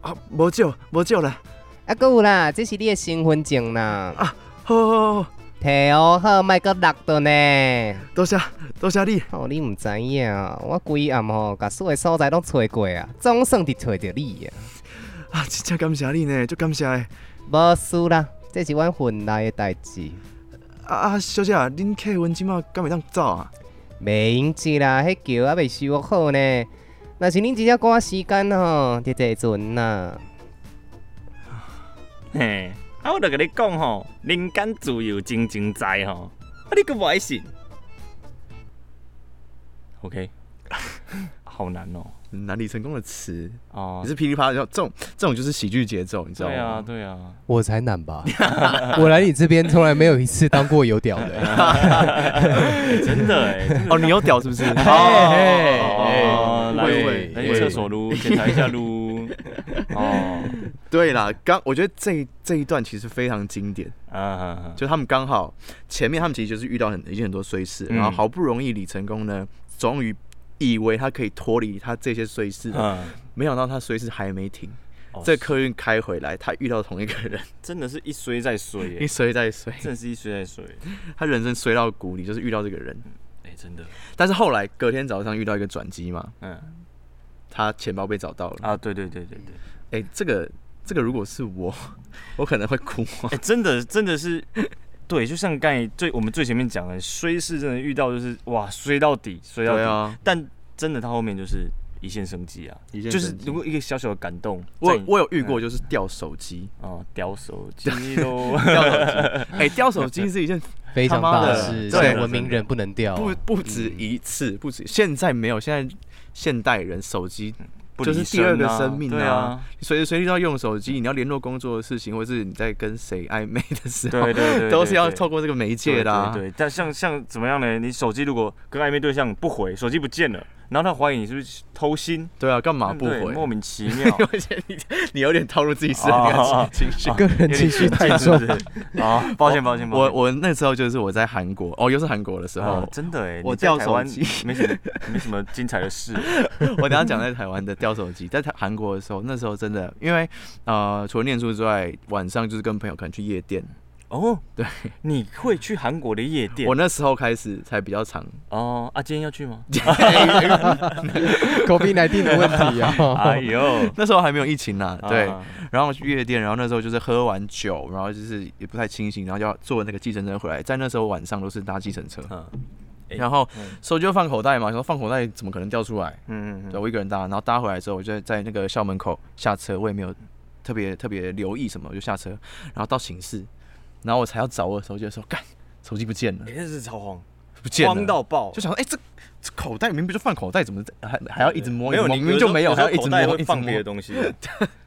[SPEAKER 1] 啊，无少无少啦，
[SPEAKER 5] 啊，搁有啦，这是你的身份证啦，
[SPEAKER 1] 好好好，
[SPEAKER 5] 摕好好，莫搁落倒呢。
[SPEAKER 1] 多谢多谢你，
[SPEAKER 5] 哦，你毋知影啊，我规暗吼，甲所有的所在拢找过啊，总算伫找着你啊。
[SPEAKER 1] 啊，真正感谢你呢，足感谢的。
[SPEAKER 5] 无事啦，这是阮份内的代志，
[SPEAKER 1] 啊啊，小姐，恁客运即马敢会当走啊？
[SPEAKER 5] 袂用接啦，迄桥还袂修好呢。若是恁真正赶时间吼，就坐船啦。
[SPEAKER 2] 嘿，啊，我就甲你讲吼，人间自有真情在吼，啊，你佫无爱信？OK，好难哦。
[SPEAKER 1] 难理成功的词，
[SPEAKER 2] 哦
[SPEAKER 1] 你，是噼里啪啦，这种这种就是喜剧节奏，你知道
[SPEAKER 2] 对啊，
[SPEAKER 1] 吗？
[SPEAKER 2] 对啊，
[SPEAKER 3] 我才难吧？ [laughs] 我来你这边从来没有一次当过有
[SPEAKER 1] [laughs]
[SPEAKER 3] 屌的，
[SPEAKER 2] 欸 [laughs] 真的 [laughs] 哎。真的
[SPEAKER 1] 哦，你有屌是不是？
[SPEAKER 3] 嘿嘿
[SPEAKER 2] 哦，来
[SPEAKER 1] 喂喂
[SPEAKER 2] 来
[SPEAKER 1] 喂
[SPEAKER 2] 去厕所撸，检查一下 [laughs] 撸。哦，
[SPEAKER 1] 对啦，刚我觉得这一这一段其实非常经典，
[SPEAKER 2] 啊，
[SPEAKER 1] 就他们刚好前面他们其实就是遇到很已经很多衰事，
[SPEAKER 2] 嗯
[SPEAKER 1] 然后好不容易李成功呢，终于以为他可以脱离他这些衰事了，
[SPEAKER 2] 嗯，
[SPEAKER 1] 没想到他衰事还没停，
[SPEAKER 2] 哦
[SPEAKER 1] 这客运开回来，他遇到同一个人，
[SPEAKER 2] 真的是一衰再衰
[SPEAKER 1] 一
[SPEAKER 2] 耶，
[SPEAKER 1] 衰再衰，
[SPEAKER 2] 真的是一衰再衰，
[SPEAKER 1] 他人生衰到谷底，就是遇到这个人。
[SPEAKER 2] 哎，真的，
[SPEAKER 1] 但是后来隔天早上遇到一个转机嘛，
[SPEAKER 2] 嗯，
[SPEAKER 1] 他钱包被找到了。
[SPEAKER 2] 啊，对对对对对。
[SPEAKER 1] 哎、这个这个如果是我， [laughs] 我可能会哭。啊
[SPEAKER 2] 哎、真的真的是，对，就像刚才最我们最前面讲的，衰事真的遇到就是哇，衰到底，衰到底。
[SPEAKER 1] 对啊，
[SPEAKER 2] 但真的他后面就是一线生机啊，
[SPEAKER 1] 一件
[SPEAKER 2] 就是
[SPEAKER 1] 神奇
[SPEAKER 2] 如果一个小小的感动，
[SPEAKER 1] 我
[SPEAKER 2] 在你
[SPEAKER 1] 我有遇过，就是掉手机，
[SPEAKER 2] 哦，屌手机
[SPEAKER 1] [laughs]
[SPEAKER 2] 都
[SPEAKER 1] 掉手机。哎、掉手机是一件
[SPEAKER 3] 非
[SPEAKER 1] 他
[SPEAKER 3] 常
[SPEAKER 1] 妈
[SPEAKER 3] 大
[SPEAKER 1] 的
[SPEAKER 3] 事，
[SPEAKER 1] 对
[SPEAKER 3] 像文明人不能掉。
[SPEAKER 2] 哦
[SPEAKER 1] 不不止
[SPEAKER 2] 嗯
[SPEAKER 1] 一次，不止现在没有，现在现代人手机
[SPEAKER 2] [laughs] 不
[SPEAKER 1] 就
[SPEAKER 2] 离
[SPEAKER 1] 是第二个
[SPEAKER 2] 啊
[SPEAKER 1] 生命
[SPEAKER 2] 对啊，
[SPEAKER 1] 随时随地都要用手机，你要联络工作的事情，或者是你在跟谁暧昧的时 [laughs] 候，
[SPEAKER 2] 对对对对，
[SPEAKER 1] 都是要
[SPEAKER 2] 对
[SPEAKER 1] 透过这个媒介的、啊。
[SPEAKER 2] 对对对，但像像怎么样呢？你手机如果跟暧昧对象不回，手机不见了，然后他怀疑你是不是偷心，
[SPEAKER 1] 对啊，干嘛不
[SPEAKER 2] 嗯对
[SPEAKER 1] 回？。
[SPEAKER 2] 莫名其妙
[SPEAKER 1] [laughs]
[SPEAKER 2] 哦
[SPEAKER 1] 而且你你有点套入自己身体的情绪。
[SPEAKER 3] 个人情绪太重，
[SPEAKER 2] 啊！
[SPEAKER 1] [laughs]
[SPEAKER 2] 抱歉抱歉抱
[SPEAKER 1] 我
[SPEAKER 2] 歉，
[SPEAKER 1] 我那时候就是我在韩国，哦，又是韩国的时
[SPEAKER 2] 啊
[SPEAKER 1] 候，
[SPEAKER 2] 真的哎，
[SPEAKER 1] 我
[SPEAKER 2] 你在
[SPEAKER 1] 掉
[SPEAKER 2] 台
[SPEAKER 1] 手
[SPEAKER 2] 湾
[SPEAKER 1] 机
[SPEAKER 2] 没什么没什么精彩的事，
[SPEAKER 1] [laughs] 我等一下讲在台湾的掉手机，在台韩国的时候，那时候真的因为呃除了念书之外，晚上就是跟朋友可能去夜店，
[SPEAKER 2] 哦，
[SPEAKER 1] 对，
[SPEAKER 2] 你会去韩国的夜店
[SPEAKER 1] 我？那时候开始才比较常，
[SPEAKER 2] 哦，啊，今天要去吗？
[SPEAKER 3] [laughs] COVID 1 9的问题
[SPEAKER 2] 哎
[SPEAKER 1] 哦 [laughs]
[SPEAKER 3] 啊。
[SPEAKER 2] 呦，
[SPEAKER 1] 那时候还没有疫情呢、对。
[SPEAKER 2] 啊
[SPEAKER 1] 然后去夜店，然后那时候就是喝完酒，然后就是也不太清醒，然后就要坐那个计程车回来。在那时候晚上都是搭计程车，
[SPEAKER 2] 嗯哎
[SPEAKER 1] 然后
[SPEAKER 2] 嗯
[SPEAKER 1] 手机就放口袋嘛，想说放口袋怎么可能掉出来？
[SPEAKER 2] 嗯
[SPEAKER 1] 对，我一个人搭，然后搭回来之后，我就在在那个校门口下车，我也没有特别特别留意什么，我就下车，然后到寝室，然后我才要找我的手机的时候，干，手机不
[SPEAKER 2] [laughs]
[SPEAKER 1] 见了
[SPEAKER 2] 哎，，那是超慌，
[SPEAKER 1] 不见了，
[SPEAKER 2] 慌到爆，
[SPEAKER 1] 就想说，哎、这这口袋明明就放口袋，怎么还还要一直摸？
[SPEAKER 2] 没
[SPEAKER 1] 一
[SPEAKER 2] 有，
[SPEAKER 1] 直摸
[SPEAKER 2] 你
[SPEAKER 1] 明明就没有，
[SPEAKER 2] 时
[SPEAKER 1] 还
[SPEAKER 2] 候
[SPEAKER 1] 要一直
[SPEAKER 2] 口袋
[SPEAKER 1] 摸，
[SPEAKER 2] 会
[SPEAKER 1] 一直
[SPEAKER 2] 放
[SPEAKER 1] 摸
[SPEAKER 2] 别的东西，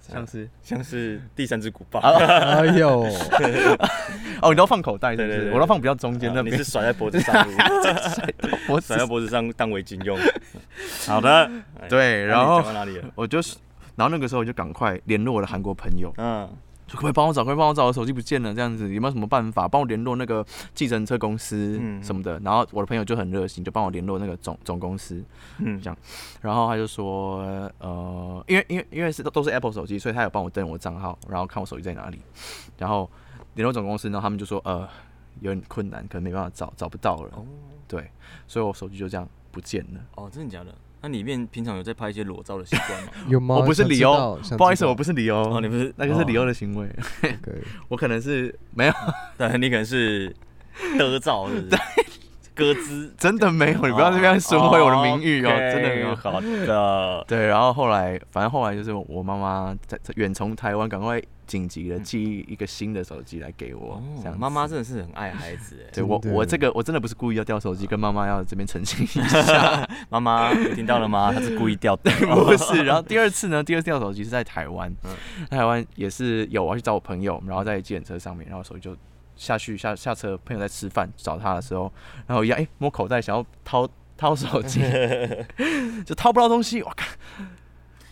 [SPEAKER 1] 像是
[SPEAKER 2] 像是第三只古巴，
[SPEAKER 1] 啊
[SPEAKER 3] 哎呦，
[SPEAKER 1] 哦，你都放口袋是不
[SPEAKER 2] 对对
[SPEAKER 1] 是？
[SPEAKER 2] 对啊
[SPEAKER 1] 我都放比较中间
[SPEAKER 2] [laughs]
[SPEAKER 1] 那
[SPEAKER 2] 你
[SPEAKER 1] 边
[SPEAKER 2] 是，甩在脖子上， [laughs]
[SPEAKER 1] 我
[SPEAKER 2] 甩在脖子上当
[SPEAKER 1] [laughs]
[SPEAKER 2] 围巾用。好的，哎
[SPEAKER 1] 对，
[SPEAKER 2] 那
[SPEAKER 1] 然
[SPEAKER 2] 你
[SPEAKER 1] 后
[SPEAKER 2] 讲到哪里了？
[SPEAKER 1] 我就是，然后那个时候我就赶快联络我的韩国朋友，
[SPEAKER 2] 嗯，
[SPEAKER 1] 就可不可以帮我找，可不可以帮我找，我手机不见了，这样子有没有什么办法？帮我联络那个计程车公司
[SPEAKER 2] 嗯
[SPEAKER 1] 什么的。然后我的朋友就很热心，就帮我联络那个总总公司，
[SPEAKER 2] 嗯
[SPEAKER 1] 这样然后他就说，呃，因为因为因为是都是 Apple 手机，所以他有帮我登我账号，然后看我手机在哪里，然后联络总公司，然后他们就说，呃，有点困难，可能没办法找，找不到了，
[SPEAKER 2] 哦
[SPEAKER 1] 对，所以我手机就这样不见了。
[SPEAKER 2] 哦，真的假的？那里面平常有在拍一些裸照的习惯吗？
[SPEAKER 3] 有吗？
[SPEAKER 1] 我不是
[SPEAKER 3] 想知
[SPEAKER 1] 李欧
[SPEAKER 3] 道，想
[SPEAKER 1] 不好意思，
[SPEAKER 3] 知道
[SPEAKER 1] 我不是理由，
[SPEAKER 2] 哦，你不是，
[SPEAKER 1] 那个是
[SPEAKER 2] 哦
[SPEAKER 1] 理由的行为，
[SPEAKER 3] OK
[SPEAKER 1] 我可能是没有，
[SPEAKER 2] [laughs] 对，你可能是德照，
[SPEAKER 1] [laughs]
[SPEAKER 2] 是不是歌姿。
[SPEAKER 1] 真的没有，你不要这边损毁我的名誉哦，
[SPEAKER 2] OK，
[SPEAKER 1] 真的没有。哦
[SPEAKER 2] 好的，
[SPEAKER 1] 对，然后后来，反正后来就是我妈妈在在远从台湾赶快紧急的寄一个新的手机来给我，这
[SPEAKER 2] 哦
[SPEAKER 1] 样，
[SPEAKER 2] 妈。妈真的是很爱孩子哎，
[SPEAKER 1] 对我，
[SPEAKER 3] 真的
[SPEAKER 1] 我这个我真的不是故意要掉手机，跟妈妈要这边澄清一下，
[SPEAKER 2] 妈妈你听到
[SPEAKER 1] [laughs]
[SPEAKER 2] 了吗？她是故意掉的。哦
[SPEAKER 1] 不是。然后第二次呢，第二次掉手机是在台湾，
[SPEAKER 2] 嗯
[SPEAKER 1] 台湾也是有我要去找我朋友，然后在计程车上面，然后手机就下去下下车，朋友在吃饭找他的时候，然后一样哎、摸口袋想要掏掏手机， [laughs] 就掏不到东西，我靠，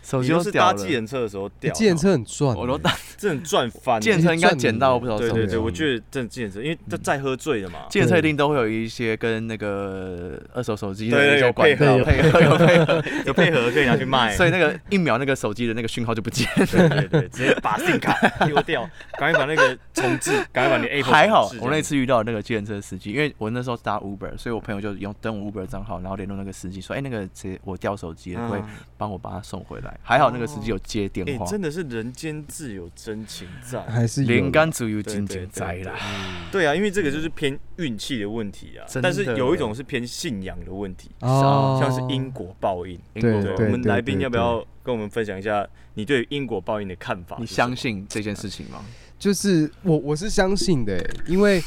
[SPEAKER 1] 手
[SPEAKER 2] 你
[SPEAKER 1] 机
[SPEAKER 2] 就
[SPEAKER 1] 都
[SPEAKER 2] 是
[SPEAKER 1] 掉
[SPEAKER 2] 搭
[SPEAKER 1] 了
[SPEAKER 2] 计。程车的时候掉，
[SPEAKER 3] 计程车很赚欸，
[SPEAKER 1] 我都搭
[SPEAKER 2] 这很赚翻。
[SPEAKER 1] 计程车应该捡到不少
[SPEAKER 2] 对
[SPEAKER 1] 手
[SPEAKER 2] 对
[SPEAKER 1] 机
[SPEAKER 2] 对，，我觉得真的计程车，因为
[SPEAKER 1] 嗯
[SPEAKER 2] 他再喝醉了嘛，
[SPEAKER 1] 计程车一定都会有一些跟那个二手手机
[SPEAKER 2] 对
[SPEAKER 1] 的
[SPEAKER 2] 对
[SPEAKER 1] 一
[SPEAKER 2] 有
[SPEAKER 1] 些管
[SPEAKER 2] 配
[SPEAKER 1] 道
[SPEAKER 2] 合
[SPEAKER 1] 配合 [laughs] 有配合，
[SPEAKER 2] [laughs] 有配合可以拿去卖。
[SPEAKER 1] 所以那个一秒那个手机的那个讯号就不见了。
[SPEAKER 2] 对对对，直接把 SIM 卡丢掉， [laughs] 赶快把那个重置，赶快把你 Apple
[SPEAKER 1] 还好
[SPEAKER 2] 重置，
[SPEAKER 1] 我那次遇到那个计程车司机，因为我那时候搭 Uber，所以我朋友就用登我 Uber 账号，然后联络那个司机说：“哎、那个谁，我掉手机了，
[SPEAKER 2] 嗯
[SPEAKER 1] 会帮我把它送回来。”还好那个司机有接
[SPEAKER 2] 这
[SPEAKER 1] 电
[SPEAKER 2] 样哎，
[SPEAKER 1] 话，
[SPEAKER 2] 真的是人间自有真情在。
[SPEAKER 3] 还是有
[SPEAKER 1] 连杆足有 [laughs]
[SPEAKER 2] 对
[SPEAKER 1] 金
[SPEAKER 2] 对
[SPEAKER 1] 钱
[SPEAKER 2] 对
[SPEAKER 1] 灾啦。
[SPEAKER 2] 对啊，因为这个就是偏运气的问题啊，
[SPEAKER 1] 真的
[SPEAKER 2] 但是有一种是偏信仰的问题，
[SPEAKER 3] 哦，
[SPEAKER 2] 像是因果报应。
[SPEAKER 3] 对
[SPEAKER 1] 英国
[SPEAKER 2] 对，
[SPEAKER 1] 人
[SPEAKER 2] 我们
[SPEAKER 3] 对
[SPEAKER 2] 来宾
[SPEAKER 3] 对
[SPEAKER 2] 要不要跟我们分享一下你对因果报应的看法是什么？
[SPEAKER 1] 你相信这件事情吗？
[SPEAKER 3] 就是我我是相信的欸，因为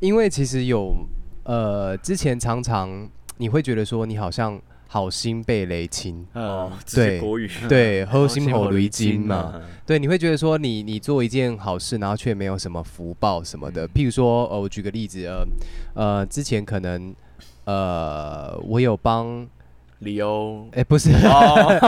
[SPEAKER 3] 因为其实有呃，之前常常你会觉得说你好像好心被雷侵，
[SPEAKER 2] 哦
[SPEAKER 1] 嗯，，
[SPEAKER 2] 这是
[SPEAKER 3] 对
[SPEAKER 2] 国语。
[SPEAKER 3] 对，好
[SPEAKER 1] 好
[SPEAKER 3] 心
[SPEAKER 1] 心
[SPEAKER 3] 吼
[SPEAKER 1] 被雷
[SPEAKER 3] 雷侵
[SPEAKER 1] 侵
[SPEAKER 3] 嘛，嗯对，你会觉得说你你做一件好事，然后却没有什么福报什么的。譬如说，呃，我举个例子，呃呃，之前可能呃，我有帮，
[SPEAKER 1] 理由
[SPEAKER 3] 哎、不是不 [laughs]
[SPEAKER 1] 哦，
[SPEAKER 3] 是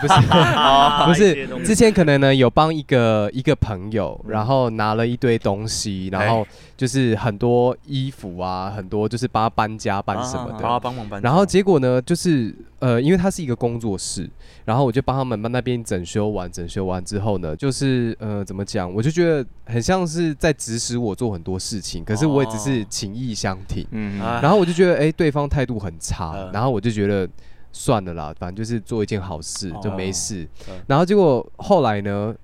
[SPEAKER 3] 不是哦
[SPEAKER 2] 啊
[SPEAKER 3] 不
[SPEAKER 2] 一些东
[SPEAKER 3] 是，
[SPEAKER 2] 西
[SPEAKER 3] 之前可能呢有帮一个一个朋友，然后拿了一堆东西，然后就是很多衣服啊，很多就是帮他搬家搬什么
[SPEAKER 2] 啊
[SPEAKER 3] 的
[SPEAKER 1] 然。后帮忙搬家，
[SPEAKER 3] 然后结果呢，就是呃，因为它是一个工作室，然后我就帮他们那边整修完，整修完之后呢，就是呃，怎么讲，我就觉得很像是在指使我做很多事情，可是我也只是
[SPEAKER 1] 哦
[SPEAKER 3] 情意相挺。
[SPEAKER 2] 嗯
[SPEAKER 1] 啊
[SPEAKER 3] 然后我就觉得，哎，对方态度很差，
[SPEAKER 1] 嗯
[SPEAKER 3] 然后我就觉得哎算了啦，反正就是做一件好事就没
[SPEAKER 1] 哦
[SPEAKER 3] 事。
[SPEAKER 1] 嗯
[SPEAKER 3] 然后结果后来呢，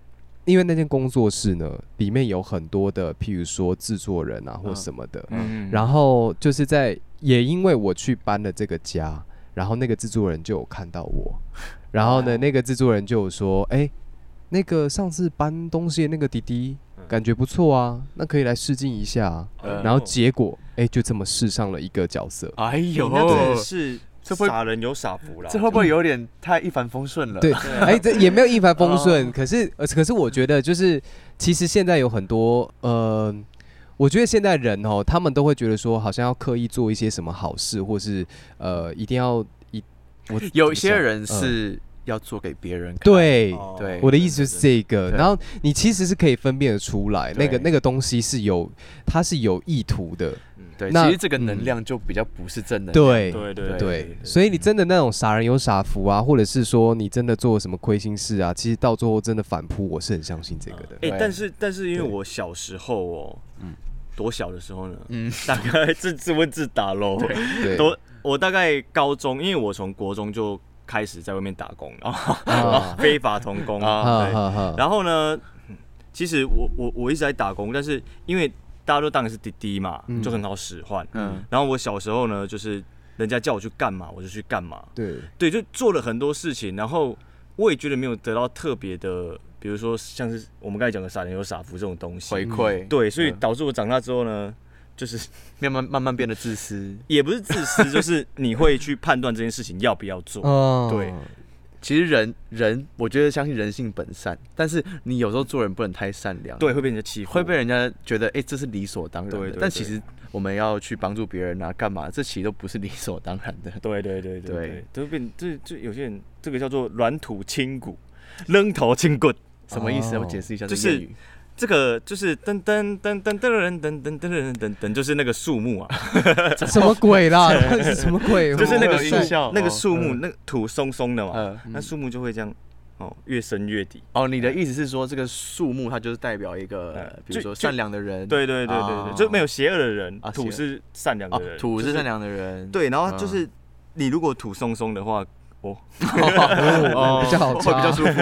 [SPEAKER 3] 因为那间工作室呢，里面有很多的，譬如说制作人啊或
[SPEAKER 1] 嗯
[SPEAKER 3] 什么的，
[SPEAKER 2] 嗯
[SPEAKER 3] 然后就是在也因为我去搬了这个家，然后那个制作人就有看到我，然后呢，那个制作人就有说，哎、那个上次搬东西的那个弟弟
[SPEAKER 2] 嗯
[SPEAKER 3] 感觉不错啊，那可以来试镜一下啊、
[SPEAKER 1] 呃
[SPEAKER 2] 哦
[SPEAKER 3] 然后结果，哎、就这么试上了一个角色。
[SPEAKER 1] 哎呦
[SPEAKER 2] 有，那真的是
[SPEAKER 1] 这会
[SPEAKER 2] 傻人有傻福啦，
[SPEAKER 1] 这会不会有点太一帆风顺了？
[SPEAKER 3] 对，哎、这也没有一帆风顺，
[SPEAKER 1] 哦
[SPEAKER 3] 可是，呃可是我觉得就是，其实现在有很多，呃，我觉得现在人哦，他们都会觉得说，好像要刻意做一些什么好事，或是呃，一定要一，我
[SPEAKER 1] 有
[SPEAKER 3] 怎么
[SPEAKER 1] 些
[SPEAKER 3] 讲
[SPEAKER 1] 人
[SPEAKER 3] 嗯
[SPEAKER 1] 是要做给别人看。
[SPEAKER 3] 对，
[SPEAKER 2] 哦
[SPEAKER 1] 对
[SPEAKER 3] 我的意思就是这个。
[SPEAKER 1] 对
[SPEAKER 3] 然后你其实是可以分辨得出来，那个
[SPEAKER 1] 对
[SPEAKER 3] 那个东西是有，它是有意图的。
[SPEAKER 1] 对，
[SPEAKER 3] 那
[SPEAKER 1] 其实这个能
[SPEAKER 3] 嗯
[SPEAKER 1] 量就比较不是正能量。
[SPEAKER 3] 对
[SPEAKER 2] 对对
[SPEAKER 3] 对，所以你真的那种傻人有傻福啊，或者是说你真的做什么亏心事啊，其实到最后真的反扑，我是很相信这个的。
[SPEAKER 2] 哎、
[SPEAKER 1] 对
[SPEAKER 2] 但是但是因为
[SPEAKER 3] 对
[SPEAKER 2] 我小时候哦，
[SPEAKER 1] 嗯
[SPEAKER 2] 多小的时候呢，
[SPEAKER 1] 嗯
[SPEAKER 2] 大概自自问自答喽。
[SPEAKER 3] [laughs] 对，
[SPEAKER 2] 都我大概高中，因为我从国中就开始在外面打工，然后、
[SPEAKER 3] 啊
[SPEAKER 2] [laughs] 非法童工
[SPEAKER 1] 啊
[SPEAKER 2] 对
[SPEAKER 3] 哈哈，
[SPEAKER 2] 然后呢，其实我我我一直在打工，但是因为大家都当然是滴滴嘛，
[SPEAKER 3] 嗯
[SPEAKER 2] 就很好使唤。
[SPEAKER 1] 嗯
[SPEAKER 2] 然后我小时候呢，就是人家叫我去干嘛，我就去干嘛。
[SPEAKER 3] 对，
[SPEAKER 2] 对，就做了很多事情，然后我也觉得没有得到特别的，比如说像是我们刚才讲的傻人有傻福这种东
[SPEAKER 1] 回
[SPEAKER 2] 西。
[SPEAKER 1] 馈，
[SPEAKER 2] 对，所以
[SPEAKER 1] 嗯
[SPEAKER 2] 导致我长大之后呢，就是
[SPEAKER 1] 慢慢慢慢变得自私。
[SPEAKER 2] 也不是自私， [laughs] 就是你会去判断这件事情要不要做。
[SPEAKER 1] 嗯
[SPEAKER 3] 哦
[SPEAKER 2] 对
[SPEAKER 1] 其实人人，我觉得相信人性本善，但是你有时候做人不能太善良，
[SPEAKER 2] 对，，会被人家欺负，
[SPEAKER 1] 会被人家觉得哎、诶这是理所当然的。
[SPEAKER 2] 对对
[SPEAKER 1] 但
[SPEAKER 2] 对
[SPEAKER 1] 其实我们要去帮助别人啊，干嘛？这其实都不是理所当然的。
[SPEAKER 2] 对对对
[SPEAKER 1] 对
[SPEAKER 2] 对，都变这这有些人这个叫做软土轻骨，扔头轻棍，
[SPEAKER 1] 什么意思？
[SPEAKER 3] 哦
[SPEAKER 1] 我解释一下
[SPEAKER 2] 就
[SPEAKER 1] 这
[SPEAKER 2] 是
[SPEAKER 1] 谚语，
[SPEAKER 2] 这个就是噔噔噔噔噔噔噔噔噔噔噔噔，就是那个树木
[SPEAKER 1] [laughs]
[SPEAKER 2] 啊，
[SPEAKER 3] 什么
[SPEAKER 2] [laughs]
[SPEAKER 3] 鬼啦？这是什么鬼？
[SPEAKER 2] 就是那个
[SPEAKER 1] 会有
[SPEAKER 2] 树
[SPEAKER 1] 音效
[SPEAKER 2] 那个
[SPEAKER 1] 哦
[SPEAKER 2] 树木，那个土松松的嘛，
[SPEAKER 1] 呃，
[SPEAKER 2] 那树木就会这样哦，越深越底。
[SPEAKER 1] 哦，你的意思是说这个树木它就是代表一个，
[SPEAKER 2] 呃
[SPEAKER 1] 比如
[SPEAKER 2] 就
[SPEAKER 1] 说
[SPEAKER 2] 就
[SPEAKER 1] 善良的人，
[SPEAKER 2] 对对对对对，
[SPEAKER 1] 哦
[SPEAKER 2] 就没有邪恶的人
[SPEAKER 1] 啊，
[SPEAKER 2] 土
[SPEAKER 1] 邪
[SPEAKER 2] 是善良
[SPEAKER 1] 哦
[SPEAKER 2] 的人，，
[SPEAKER 1] 土
[SPEAKER 2] 就是
[SPEAKER 1] 善良的人，
[SPEAKER 2] 对，然后
[SPEAKER 1] 嗯
[SPEAKER 2] 就是你如果土松松的话，
[SPEAKER 1] 哦，
[SPEAKER 3] 比较好
[SPEAKER 1] 会比较
[SPEAKER 3] 抓
[SPEAKER 1] 舒服，
[SPEAKER 2] 会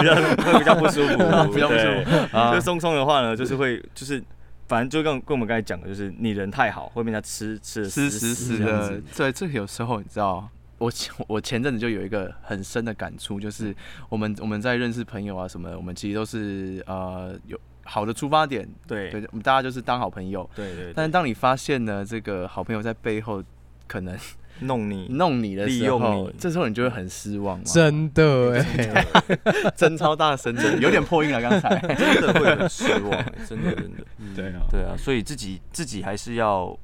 [SPEAKER 2] 比较会比较不舒服，
[SPEAKER 1] 比较不舒
[SPEAKER 2] 对
[SPEAKER 1] 服。啊
[SPEAKER 2] 就松松的话呢，就是会就是。反正就跟跟我们刚才讲的，就是你人太好，会被人家吃吃得
[SPEAKER 1] 是
[SPEAKER 2] 死
[SPEAKER 1] 实
[SPEAKER 2] 死
[SPEAKER 1] 实
[SPEAKER 2] 这样子
[SPEAKER 1] 的。对，这个有时候你知道，我前我前阵子就有一个很深的感触，就是
[SPEAKER 2] 嗯
[SPEAKER 1] 我们我们在认识朋友啊什么的，我们其实都是呃有好的出发点，
[SPEAKER 2] 对
[SPEAKER 1] 对
[SPEAKER 2] 对，
[SPEAKER 1] 我们大家就是当好朋友。
[SPEAKER 2] 对
[SPEAKER 1] 但
[SPEAKER 2] 对，
[SPEAKER 1] 是当你发现呢，这个好朋友在背后可能
[SPEAKER 2] 弄你
[SPEAKER 1] 弄你的
[SPEAKER 2] 嗯利
[SPEAKER 1] 时
[SPEAKER 2] 用
[SPEAKER 1] 候
[SPEAKER 2] 你，嗯
[SPEAKER 1] 这时候你就会很失望嘛，
[SPEAKER 3] 真的
[SPEAKER 2] [laughs]
[SPEAKER 3] 哎，
[SPEAKER 1] [laughs] 真超大的声音，有点破音了刚
[SPEAKER 2] [laughs]
[SPEAKER 1] 才。
[SPEAKER 2] 真的会很失 [laughs] 望，真的真的。
[SPEAKER 1] 对啊，
[SPEAKER 2] 对啊，所以自己自己还是要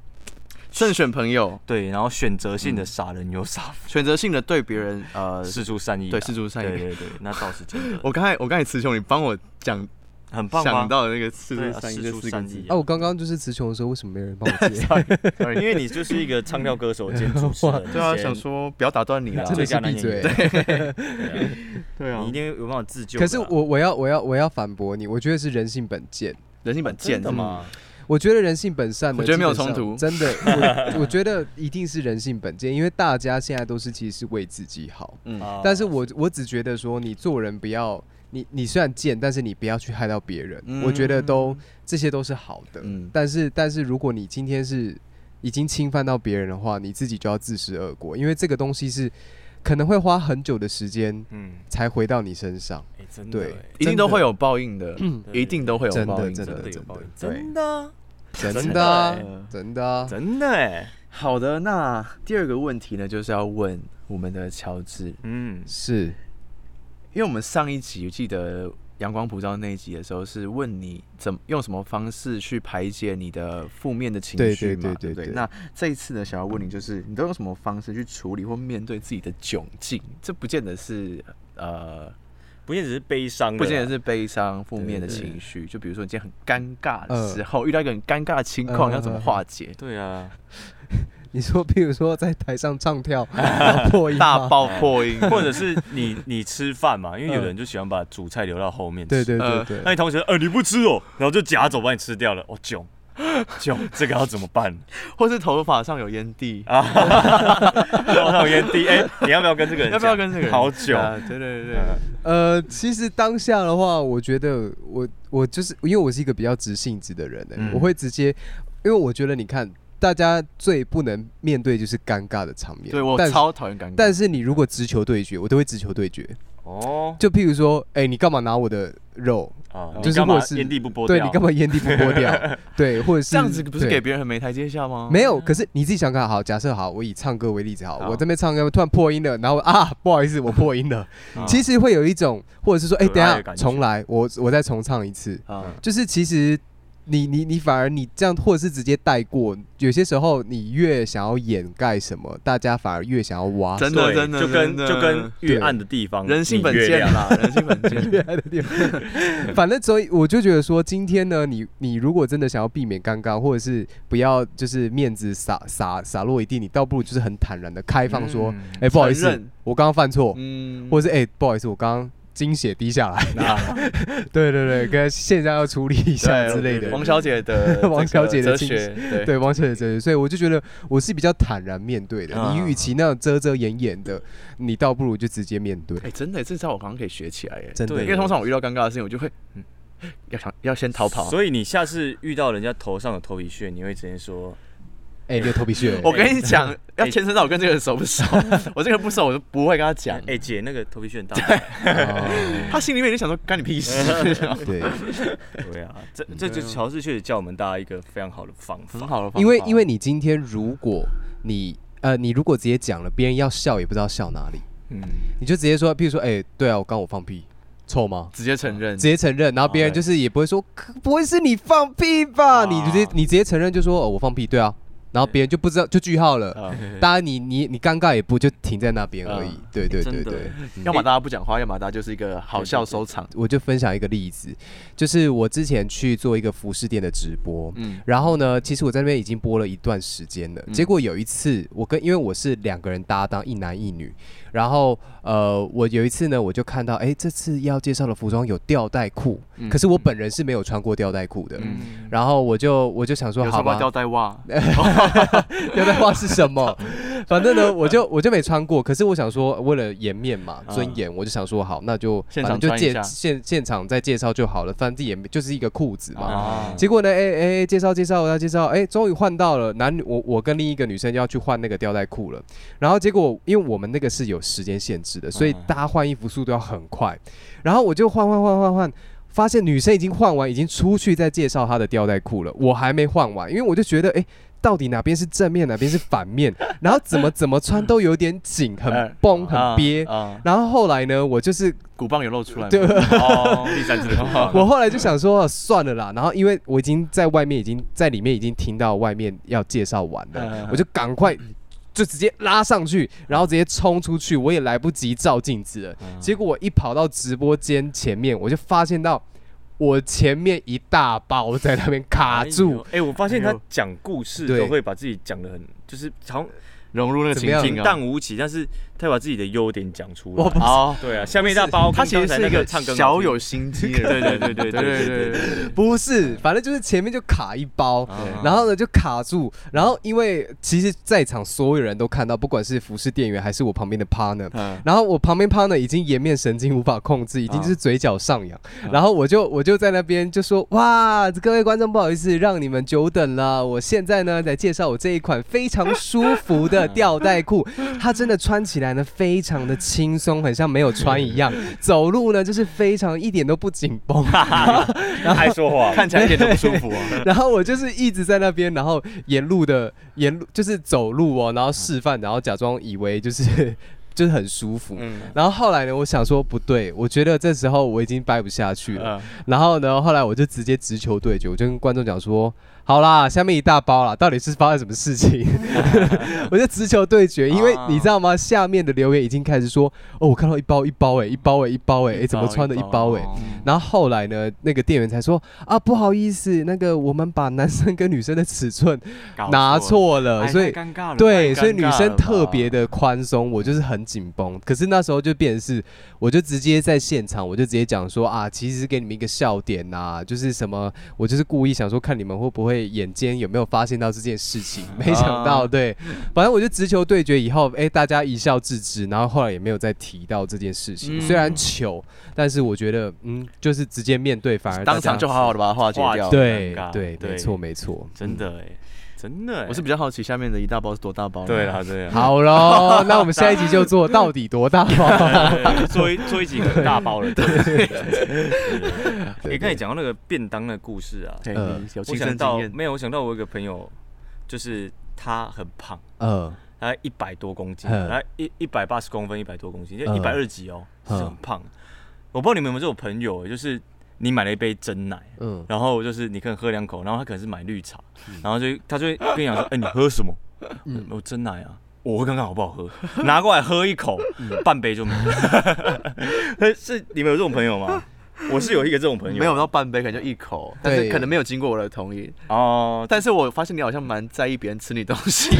[SPEAKER 1] 慎选朋友，
[SPEAKER 2] 对，然后选择性的杀人有杀福，
[SPEAKER 1] 选择性的对别人呃，
[SPEAKER 2] 事出善意啦，啊
[SPEAKER 1] 对事出善意
[SPEAKER 2] 对对对，那倒是
[SPEAKER 1] [laughs]
[SPEAKER 2] 真的，
[SPEAKER 1] 我刚才我刚才词穷，你帮我讲
[SPEAKER 2] 很棒啊
[SPEAKER 1] 想
[SPEAKER 2] 吧？
[SPEAKER 1] 到的那个事
[SPEAKER 2] 对
[SPEAKER 1] 出
[SPEAKER 2] 啊
[SPEAKER 1] 善意
[SPEAKER 2] 事
[SPEAKER 1] 这
[SPEAKER 2] 出
[SPEAKER 1] 四个
[SPEAKER 2] 善
[SPEAKER 1] 字
[SPEAKER 2] 意。
[SPEAKER 3] 啊，我刚刚就是词穷的时候，为什么没有人帮我接？
[SPEAKER 2] 因为你就是一个唱跳歌手兼主持人，
[SPEAKER 1] 对啊，
[SPEAKER 2] 兼
[SPEAKER 1] 想说不要打断你啦。啊
[SPEAKER 3] 真
[SPEAKER 2] [laughs] 最
[SPEAKER 3] 的是
[SPEAKER 2] 佳男演
[SPEAKER 3] 闭嘴
[SPEAKER 2] 员。
[SPEAKER 1] 对啊
[SPEAKER 2] 你一，定有办法自救的
[SPEAKER 3] 可
[SPEAKER 2] 啊。
[SPEAKER 3] 是我我要我要我要反驳你，我觉得是人性本贱。
[SPEAKER 1] 人性本
[SPEAKER 2] 真
[SPEAKER 1] 贱
[SPEAKER 2] 的？吗？
[SPEAKER 3] 我觉得人性本善呢，
[SPEAKER 1] 我觉得没有
[SPEAKER 3] 基本上
[SPEAKER 1] 冲突
[SPEAKER 3] 真的，我 [laughs] 我觉得一定是人性本贱，因为大家现在都是其实是为自己好。
[SPEAKER 1] 嗯，
[SPEAKER 2] 啊
[SPEAKER 3] 但是我我只觉得说，你做人不要你你虽然贱，但是你不要去害到别人。
[SPEAKER 1] 嗯
[SPEAKER 3] 我觉得都这些都是好的。
[SPEAKER 1] 嗯
[SPEAKER 3] 但是但是如果你今天是已经侵犯到别人的话，你自己就要自食恶果，因为这个东西是可能会花很久的时间
[SPEAKER 2] 嗯，
[SPEAKER 3] 才回到你身上。
[SPEAKER 2] 哎，真的
[SPEAKER 3] 对
[SPEAKER 2] 哎，
[SPEAKER 1] 嗯一定都会有报应的，
[SPEAKER 3] 嗯，
[SPEAKER 2] 对
[SPEAKER 1] 一定都会有报应
[SPEAKER 3] 真的
[SPEAKER 2] 真的有
[SPEAKER 3] 真的
[SPEAKER 2] 报应，
[SPEAKER 3] 对
[SPEAKER 2] 真的真
[SPEAKER 3] 真的
[SPEAKER 2] 的
[SPEAKER 3] 啊
[SPEAKER 2] 欸
[SPEAKER 3] 真的啊，
[SPEAKER 2] 真的哎，
[SPEAKER 1] 好的，那第二个问题呢，就是要问我们的乔治，
[SPEAKER 2] 嗯，
[SPEAKER 3] 是
[SPEAKER 1] 因为我们上一集我记得阳光普照那一集的时候，是问你怎么用什么方式去排解你的负面的情绪嘛？
[SPEAKER 3] 对对对对
[SPEAKER 1] 不
[SPEAKER 3] 对
[SPEAKER 1] 那这一次呢，想要问你，就是你都用什么方式去处理或面对自己的窘境？这不见得是呃
[SPEAKER 2] 不见得只是悲
[SPEAKER 3] 啊
[SPEAKER 2] 伤的啦，
[SPEAKER 1] 不见得是悲伤、负面的
[SPEAKER 2] 对对
[SPEAKER 1] 情绪，就比如说你今天很尴尬的时候，遇到一个很尴尬的情况，
[SPEAKER 3] 嗯
[SPEAKER 1] 要怎么化解？
[SPEAKER 2] 对啊，
[SPEAKER 3] [laughs] 你说，譬如说在台上
[SPEAKER 1] [laughs]
[SPEAKER 3] 唱跳然后破音
[SPEAKER 1] 大
[SPEAKER 3] 吗
[SPEAKER 1] 爆破音， [laughs]
[SPEAKER 2] 或者是
[SPEAKER 3] [laughs]
[SPEAKER 2] 你你吃饭嘛，因为有人就喜欢把主菜留到后面吃。
[SPEAKER 3] 嗯对对对
[SPEAKER 1] 呃
[SPEAKER 3] 对
[SPEAKER 2] 那，你同学，呃，你不吃哦，然后就夹走把你吃掉了，哦，囧囧，这个要怎么办？
[SPEAKER 1] 或是头发上有烟蒂，
[SPEAKER 2] [laughs] 我讨厌低，哎，你要不要跟这个人讲？
[SPEAKER 1] 要不要跟这个人
[SPEAKER 2] 好久？
[SPEAKER 1] 啊对对对
[SPEAKER 2] 嗯
[SPEAKER 3] 呃，其实当下的话，我觉得我我就是因为我是一个比较直性子的人、欸，
[SPEAKER 2] 嗯
[SPEAKER 3] 我会直接，因为我觉得你看，大家最不能面对就是尴尬的场面。
[SPEAKER 1] 对，对我
[SPEAKER 3] 但是
[SPEAKER 1] 超讨厌尴尬。
[SPEAKER 3] 但是你如果直球对决，我都会直球对决。
[SPEAKER 2] 哦，
[SPEAKER 3] 就譬如说，哎、你干嘛拿我的肉？
[SPEAKER 2] 啊，
[SPEAKER 3] 就是
[SPEAKER 2] 你干嘛
[SPEAKER 3] 或者是
[SPEAKER 2] 烟蒂不剥
[SPEAKER 3] 对
[SPEAKER 2] 掉
[SPEAKER 3] 你干
[SPEAKER 1] [laughs]
[SPEAKER 3] 嘛烟蒂不剥掉？对，或者是
[SPEAKER 1] 这样子不是
[SPEAKER 3] 对
[SPEAKER 1] 给别人很没台阶下吗？
[SPEAKER 3] 没有，可是你自己想看好，假设好，我以唱歌为例子好，
[SPEAKER 1] 好
[SPEAKER 3] 我这边唱歌突然破音了，然后啊，不好意思，我破音了。
[SPEAKER 2] 啊
[SPEAKER 3] 其实会有一种，或者是说，哎、
[SPEAKER 2] 可
[SPEAKER 3] 等
[SPEAKER 2] 爱
[SPEAKER 3] 一
[SPEAKER 2] 的
[SPEAKER 3] 下
[SPEAKER 2] 感觉
[SPEAKER 3] 重来，我我再重唱一次。
[SPEAKER 1] 啊，
[SPEAKER 3] 就是其实你你你反而你这样，或者是直接带过，有些时候你越想要掩盖什么，大家反而越想要挖。
[SPEAKER 1] 真的
[SPEAKER 2] 对，
[SPEAKER 1] 真的
[SPEAKER 2] 就跟
[SPEAKER 1] 真的
[SPEAKER 2] 就跟越
[SPEAKER 3] 对
[SPEAKER 2] 暗的地方，
[SPEAKER 1] 人性本
[SPEAKER 2] 越
[SPEAKER 1] 贱
[SPEAKER 2] 亮。
[SPEAKER 1] 啦， [laughs] 人性本
[SPEAKER 3] [laughs]
[SPEAKER 1] 贱。
[SPEAKER 3] 厉害的地方。 [laughs] 反正所以我就觉得说，今天呢，你你如果真的想要避免尴尬，或者是不要就是面子洒洒洒落一地，你倒不如就是很坦然的开放说，哎、
[SPEAKER 2] 嗯
[SPEAKER 3] 不好意思
[SPEAKER 1] 承认，
[SPEAKER 3] 我刚刚犯错，
[SPEAKER 1] 嗯，
[SPEAKER 3] 或者是哎、不好意思，我刚刚精血滴下
[SPEAKER 1] [laughs]
[SPEAKER 3] 来，
[SPEAKER 2] [laughs] 那
[SPEAKER 3] 对对对，跟线上要处理一下
[SPEAKER 1] 对
[SPEAKER 3] 之类
[SPEAKER 2] 对
[SPEAKER 3] 的。
[SPEAKER 1] 王小姐的这
[SPEAKER 3] [laughs] 王小姐
[SPEAKER 1] 个哲
[SPEAKER 3] 的亲
[SPEAKER 1] 学，对
[SPEAKER 3] 对，王小姐真的，所以我就觉得我是比较坦然面对的。
[SPEAKER 2] 啊
[SPEAKER 3] 你与其那样遮遮掩掩的，你倒不如就直接面对
[SPEAKER 1] 哎、。真的，这招我刚刚可以学起来耶。
[SPEAKER 3] 真的
[SPEAKER 2] 对
[SPEAKER 1] 因为通常我遇到尴尬的事情，我就会
[SPEAKER 2] 嗯
[SPEAKER 1] 要想要先逃跑。
[SPEAKER 2] 所以你下次遇到人家头上有头皮屑，你会直接说
[SPEAKER 3] 哎，你有头皮
[SPEAKER 1] [laughs]
[SPEAKER 3] 屑。
[SPEAKER 1] 我跟你讲，要牵扯到我跟这个人熟不熟，我这个人不熟，我就不会跟他：“讲
[SPEAKER 2] 哎、。姐，那个头皮屑很大。
[SPEAKER 3] 哦
[SPEAKER 1] 他心里面就想说，干你屁事， [laughs]
[SPEAKER 3] 对，”
[SPEAKER 2] 对啊，这这就是乔治确实教我们大家一个非常好的方法。
[SPEAKER 1] 很好的方法。
[SPEAKER 3] 因为因为你今天如果你呃你如果直接讲了，别人要笑也不知道笑哪里，
[SPEAKER 2] 嗯，
[SPEAKER 3] 你就直接说，譬如说，哎，对啊，我刚我放屁，臭吗？
[SPEAKER 1] 直接承认
[SPEAKER 3] 直，接承认，然后别
[SPEAKER 2] 哦
[SPEAKER 3] 人就是也不会说，可不会是你放屁吧？
[SPEAKER 2] 啊
[SPEAKER 3] 你直接你直接承认就说，哦，我放屁，对啊，然后别人就不知道就句号
[SPEAKER 2] 哦
[SPEAKER 3] 了。
[SPEAKER 1] 啊，
[SPEAKER 3] 当然你你你尴尬也不就停在那边而已
[SPEAKER 1] 嗯，
[SPEAKER 3] 对对对
[SPEAKER 2] 哎真的
[SPEAKER 3] 对。
[SPEAKER 1] 要么大家不讲话，要么大家就是一个好笑收场。
[SPEAKER 3] 我就分享一个例子，就是我之前去做一个服饰店的直播，
[SPEAKER 1] 嗯
[SPEAKER 3] 然后呢，其实我在那边已经播了一段时间了。结果有一次，我跟因为我是两个人搭档，一男一女，然后呃，我有一次呢，我就看到，哎，这次要介绍的服装有吊带裤，可是我本人是没有穿过吊带裤的。
[SPEAKER 1] 嗯，
[SPEAKER 3] 然后我就我就想说，
[SPEAKER 1] 有
[SPEAKER 3] 好
[SPEAKER 1] 穿过
[SPEAKER 3] 吧，
[SPEAKER 1] 吊带袜，
[SPEAKER 3] [laughs] 吊带袜是什
[SPEAKER 1] [laughs]
[SPEAKER 3] 么？反正呢，我就我就没穿过。可是我想说，为了颜面嘛，
[SPEAKER 1] 嗯
[SPEAKER 3] 尊严，我就想说好，那就
[SPEAKER 1] 现
[SPEAKER 3] 反
[SPEAKER 1] 场
[SPEAKER 3] 正就
[SPEAKER 1] 穿一
[SPEAKER 3] 介
[SPEAKER 1] 下
[SPEAKER 3] 现现场再介绍就好了，反正也没就是一个裤子嘛。
[SPEAKER 1] 啊
[SPEAKER 3] 结果呢，哎哎哎，介绍介绍，他介绍，哎，终于换到了男女，我我跟另一个女生要去换那个吊带裤了。然后结果，因为我们那个是有时间限制的，所以
[SPEAKER 2] 嗯
[SPEAKER 3] 大家换衣服速度要很快。然后我就换换换换换，发现女生已经换完，已经出去在介绍她的吊带裤了，我还没换完，因为我就觉得，哎。到底哪边是正面，哪边是反面？然后怎么怎么穿都有点紧，很绷，很憋。
[SPEAKER 1] 啊，
[SPEAKER 3] 然后后来呢，我就是
[SPEAKER 1] 骨棒有露出来吗？
[SPEAKER 3] 对
[SPEAKER 1] 哦，
[SPEAKER 2] [laughs] 第三次的方法
[SPEAKER 3] 我后来就想说、算了啦，然后因为我已经在外面，已经在里面已经听到外面要介绍完了
[SPEAKER 1] 嗯，
[SPEAKER 3] 我就赶快就直接拉上去，然后直接冲出去，我也来不及照镜子了。
[SPEAKER 1] 嗯
[SPEAKER 3] 结果我一跑到直播间前面，我就发现到我前面一大包在那边卡
[SPEAKER 2] 哎呦
[SPEAKER 3] 住，
[SPEAKER 2] 哎、我发现他讲故事
[SPEAKER 3] 对
[SPEAKER 2] 都会把自己讲的很，就是好
[SPEAKER 1] 融入那个
[SPEAKER 3] 怎
[SPEAKER 1] 情
[SPEAKER 3] 么样
[SPEAKER 2] 像
[SPEAKER 1] 境
[SPEAKER 2] 平
[SPEAKER 1] 啊
[SPEAKER 2] 淡。无奇，但是他把自己的优点讲出来。
[SPEAKER 3] 我不
[SPEAKER 1] 哦，
[SPEAKER 2] 对啊，下面一大包，
[SPEAKER 1] 他
[SPEAKER 2] 跟
[SPEAKER 1] 其实
[SPEAKER 2] 刚才
[SPEAKER 1] 是一
[SPEAKER 2] 那
[SPEAKER 1] 个
[SPEAKER 2] 唱歌
[SPEAKER 1] 小有心机的
[SPEAKER 2] 对
[SPEAKER 1] 人。
[SPEAKER 2] 对对对
[SPEAKER 1] 对
[SPEAKER 2] 对对
[SPEAKER 1] 对对对，
[SPEAKER 3] 不是，反正就是前面就卡一包，
[SPEAKER 1] 嗯啊哦
[SPEAKER 3] 然后呢就卡住，然后因为其实在场所有人都看到，不管是服饰店员还是我旁边的 partner，
[SPEAKER 1] 嗯，
[SPEAKER 3] 然后我旁边 partner 已经颜面神经无法控制，已经就是嘴角上扬，然后我就我就在那边就说哇，各位观众不好意思，让你们久等了，我现在呢来介绍我这一款非常舒服的吊带裤，它真的穿起来呢非常的轻松，很像没有穿一样，走路呢就是非常一点都不紧绷，
[SPEAKER 2] 爱说话，
[SPEAKER 1] 看起来一点都不舒服啊。
[SPEAKER 3] [laughs] 然后我就是一直在那边，然后沿路的沿路就是走路哦，然后示范，然后假装以为就是 [laughs] 就是很舒服。
[SPEAKER 1] 嗯
[SPEAKER 3] 然后后来呢，我想说不对，我觉得这时候我已经掰不下去了。
[SPEAKER 1] 嗯，
[SPEAKER 3] 然后呢，后来我就直接直球对决，我就跟观众讲说：“好啦，下面一大包啦，到底是发生什么事情？” [laughs] 我就直球对决，因为你知道吗？下面的留言已经开始说：“哦，我看到一包一包哎、一包哎、一包哎、哎、
[SPEAKER 1] 哦
[SPEAKER 3] 怎么穿的一包哎、然后后来呢，那个店员才说啊，不好意思，那个我们把男生跟女生的尺寸
[SPEAKER 1] 搞
[SPEAKER 3] 拿错了，
[SPEAKER 1] 哎
[SPEAKER 3] 所以
[SPEAKER 1] 太尴尬了
[SPEAKER 3] 对，
[SPEAKER 1] 太
[SPEAKER 3] 所以
[SPEAKER 1] 尴
[SPEAKER 3] 女
[SPEAKER 1] 尬
[SPEAKER 3] 生
[SPEAKER 1] 了
[SPEAKER 3] 特
[SPEAKER 1] 吧
[SPEAKER 3] 别的宽松，我就是很紧绷。可是那时候就变成是，我就直接在现场，我就直接讲说啊，其实是给你们一个笑点呐、就是什么，我就是故意想说看你们会不会眼尖有没有发现到这件事情，没想到、
[SPEAKER 1] 啊
[SPEAKER 3] 对，反正我就直球对决以后，哎、大家一笑置之，然后后来也没有再提到这件事情，
[SPEAKER 1] 嗯
[SPEAKER 3] 虽然糗，但是我觉得嗯，就是直接面对反而
[SPEAKER 1] 当
[SPEAKER 3] 大
[SPEAKER 1] 场
[SPEAKER 3] 家
[SPEAKER 1] 就好好的把它化解
[SPEAKER 2] 化
[SPEAKER 1] 掉。
[SPEAKER 2] 解
[SPEAKER 3] 对
[SPEAKER 2] 尴尬
[SPEAKER 3] 对，
[SPEAKER 2] 对
[SPEAKER 3] 没错没错。
[SPEAKER 2] 真的哎、真的、哎
[SPEAKER 1] 我是比较好奇下面的一大包是多大包。
[SPEAKER 2] 对，啦对啊啦，
[SPEAKER 3] 好喽，那我们下一集就做到底多大包？
[SPEAKER 2] 对 [laughs] 做一做一几个大包了。对对对对，你刚才讲到那个便当的故事啊，
[SPEAKER 1] 对
[SPEAKER 3] 呃，
[SPEAKER 1] 有
[SPEAKER 2] 我
[SPEAKER 1] 亲
[SPEAKER 2] 想
[SPEAKER 1] 身
[SPEAKER 2] 到
[SPEAKER 1] 经验。
[SPEAKER 2] 没有，我想到我有一个朋友，就是他很胖，
[SPEAKER 3] 嗯
[SPEAKER 2] 他一百多公斤，
[SPEAKER 3] 嗯
[SPEAKER 2] 他一一百八十公分，一百多公斤，就
[SPEAKER 3] 嗯
[SPEAKER 2] 一百二几哦，是
[SPEAKER 3] 嗯
[SPEAKER 2] 很胖。我不知道你们有没有这种朋友，就是你买了一杯真奶，
[SPEAKER 3] 嗯，
[SPEAKER 2] 然后就是你可能喝两口，然后他可能是买绿茶，然后就他就会跟你讲说，哎、你喝什么？
[SPEAKER 3] 嗯
[SPEAKER 2] 我真奶啊。我会看看好不好喝， [laughs] 拿过来喝一口，
[SPEAKER 3] 嗯
[SPEAKER 2] 半杯就没了。 [laughs] 是你们有这种朋友吗？我是有一个这种朋友，
[SPEAKER 1] 没有到半杯，可能就一口，但
[SPEAKER 3] 对
[SPEAKER 1] 是可能没有经过我的同意。
[SPEAKER 2] 哦，
[SPEAKER 1] 但是我发现你好像蛮在意别人吃你东西，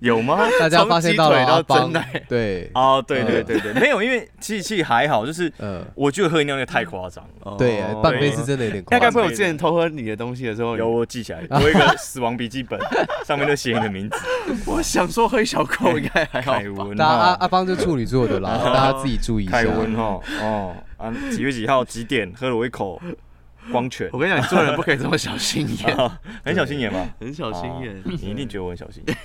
[SPEAKER 2] 有吗？
[SPEAKER 3] 大家发现到了
[SPEAKER 1] 从鸡腿到
[SPEAKER 3] 阿
[SPEAKER 1] 真
[SPEAKER 3] 邦
[SPEAKER 1] 奶，
[SPEAKER 3] 对，
[SPEAKER 2] 哦，对对对对，没有，因为其实其实还好，就是
[SPEAKER 3] 嗯，
[SPEAKER 2] 我觉得喝饮料那个太夸张了。
[SPEAKER 3] [laughs] 对，半杯是真的有点夸
[SPEAKER 1] 哦那该不
[SPEAKER 3] 张。
[SPEAKER 1] 会我之前偷喝你的东西的
[SPEAKER 3] 哦
[SPEAKER 1] 时候，
[SPEAKER 2] 有我记起来，我有一个死亡笔记
[SPEAKER 3] [laughs]
[SPEAKER 2] 本，上面都写你的名字。
[SPEAKER 1] 我想说喝一小口应该还好
[SPEAKER 3] [laughs]
[SPEAKER 2] 凯文啊
[SPEAKER 3] 大家阿
[SPEAKER 2] 哈，
[SPEAKER 3] 阿邦就处女座的啦，大家自己注意一下
[SPEAKER 2] 凯。文哈，哦啊，几月几号几点喝了我一口光泉
[SPEAKER 1] 我，跟你讲，你做人不可以这么小心
[SPEAKER 3] [laughs]
[SPEAKER 1] 眼，
[SPEAKER 2] 啊 [laughs] 很小心眼嘛，
[SPEAKER 1] 很小心眼
[SPEAKER 2] 哦，你一定觉得我很
[SPEAKER 1] [laughs]
[SPEAKER 2] 小心眼。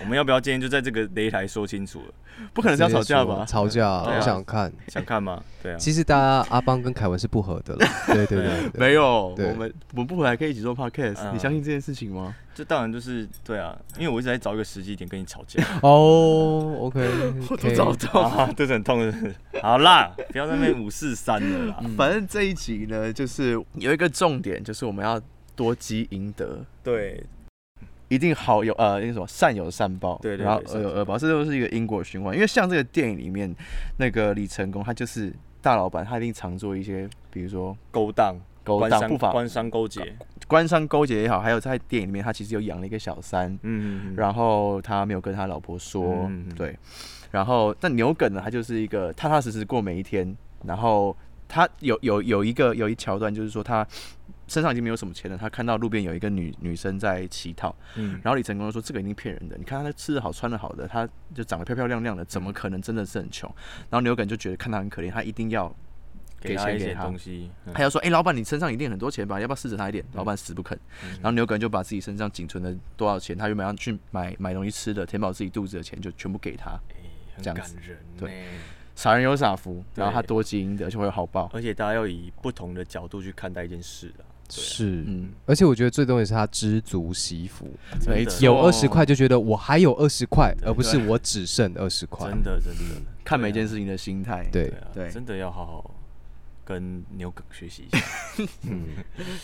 [SPEAKER 2] 我们要不要今天就在这个擂台说清楚了？
[SPEAKER 1] 不可能是要吵架吧？
[SPEAKER 3] 吵架，
[SPEAKER 2] 对啊
[SPEAKER 3] 我想看。
[SPEAKER 2] 想看吗？对啊，
[SPEAKER 3] 其实大家阿邦跟凯文是不合的啦，对对对，对
[SPEAKER 1] 没有，
[SPEAKER 3] 对
[SPEAKER 1] 我们我们不回来可以一起做 podcast，
[SPEAKER 2] 嗯
[SPEAKER 1] 你相信这件事情吗？
[SPEAKER 2] 这当然就是对啊，因为我一直在找一个时机点跟你吵架。
[SPEAKER 3] 哦，OK，
[SPEAKER 1] 我都找到。
[SPEAKER 2] 啊，肚子很痛是不是。好啦，不要在那边五四三了
[SPEAKER 3] 嗯
[SPEAKER 2] 啦。
[SPEAKER 1] 反正这一集呢，就是有一个重点，就是我们要多积阴德，
[SPEAKER 2] 对，
[SPEAKER 1] 一定好有呃那个什么善有善报，
[SPEAKER 2] 对对对
[SPEAKER 1] 然后
[SPEAKER 2] 善
[SPEAKER 1] 恶
[SPEAKER 2] 有
[SPEAKER 1] 有恶报，这就是一个因果循环。因为像这个电影里面，那个李成功他就是大老板，他一定常做一些，比如说
[SPEAKER 2] 勾当、
[SPEAKER 1] 勾
[SPEAKER 2] 官
[SPEAKER 1] 当
[SPEAKER 2] 商
[SPEAKER 1] 不法
[SPEAKER 2] 官商勾结。
[SPEAKER 1] 官商勾结也好，还有在电影里面他其实有养了一个小三，
[SPEAKER 2] 嗯，
[SPEAKER 1] 然后他没有跟他老婆说，
[SPEAKER 2] 嗯嗯嗯
[SPEAKER 1] 对，然后但牛梗呢，他就是一个踏踏实实过每一天，然后他有有有一个有一桥段，就是说他身上已经没有什么钱了，他看到路边有一个女女生在乞讨，
[SPEAKER 2] 嗯，
[SPEAKER 1] 然后李成功就说这个一定骗人的，你看他吃的好穿的好的，他就长得漂漂亮亮的，怎么可能真的是很穷？然后牛梗就觉得看他很可怜，他一定要
[SPEAKER 2] 给
[SPEAKER 1] 给
[SPEAKER 2] 他
[SPEAKER 1] 钱
[SPEAKER 2] 一
[SPEAKER 1] 给
[SPEAKER 2] 些
[SPEAKER 1] 他
[SPEAKER 2] 东西。嗯
[SPEAKER 1] 他要说，哎、老板，你身上一定很多钱吧？要不要试着他一点？老板死不肯。然后牛梗就把自己身上仅存的多少钱，他原本要去买买东西吃的，填饱自己肚子的钱，就全部给他。
[SPEAKER 2] 哎很
[SPEAKER 1] 这样
[SPEAKER 2] 感
[SPEAKER 1] 子
[SPEAKER 2] 人
[SPEAKER 1] 对
[SPEAKER 2] 呢。
[SPEAKER 1] 傻人有傻福，然后他
[SPEAKER 2] 对
[SPEAKER 1] 多基因的就会有好报。
[SPEAKER 2] 而且大家要以不同的角度去看待一件事啊。
[SPEAKER 3] 是，
[SPEAKER 1] 嗯，
[SPEAKER 3] 而且我觉得最重要的是他知足惜福，
[SPEAKER 2] 真的
[SPEAKER 1] 没错
[SPEAKER 3] 有二十块就觉得我还有二十块，而不是我只剩二十块。
[SPEAKER 2] 真的真的，
[SPEAKER 1] 看每件事情的心态。，
[SPEAKER 3] 对
[SPEAKER 2] 对，啊，
[SPEAKER 1] 对
[SPEAKER 2] 真的要好好跟牛梗学习一下， [laughs]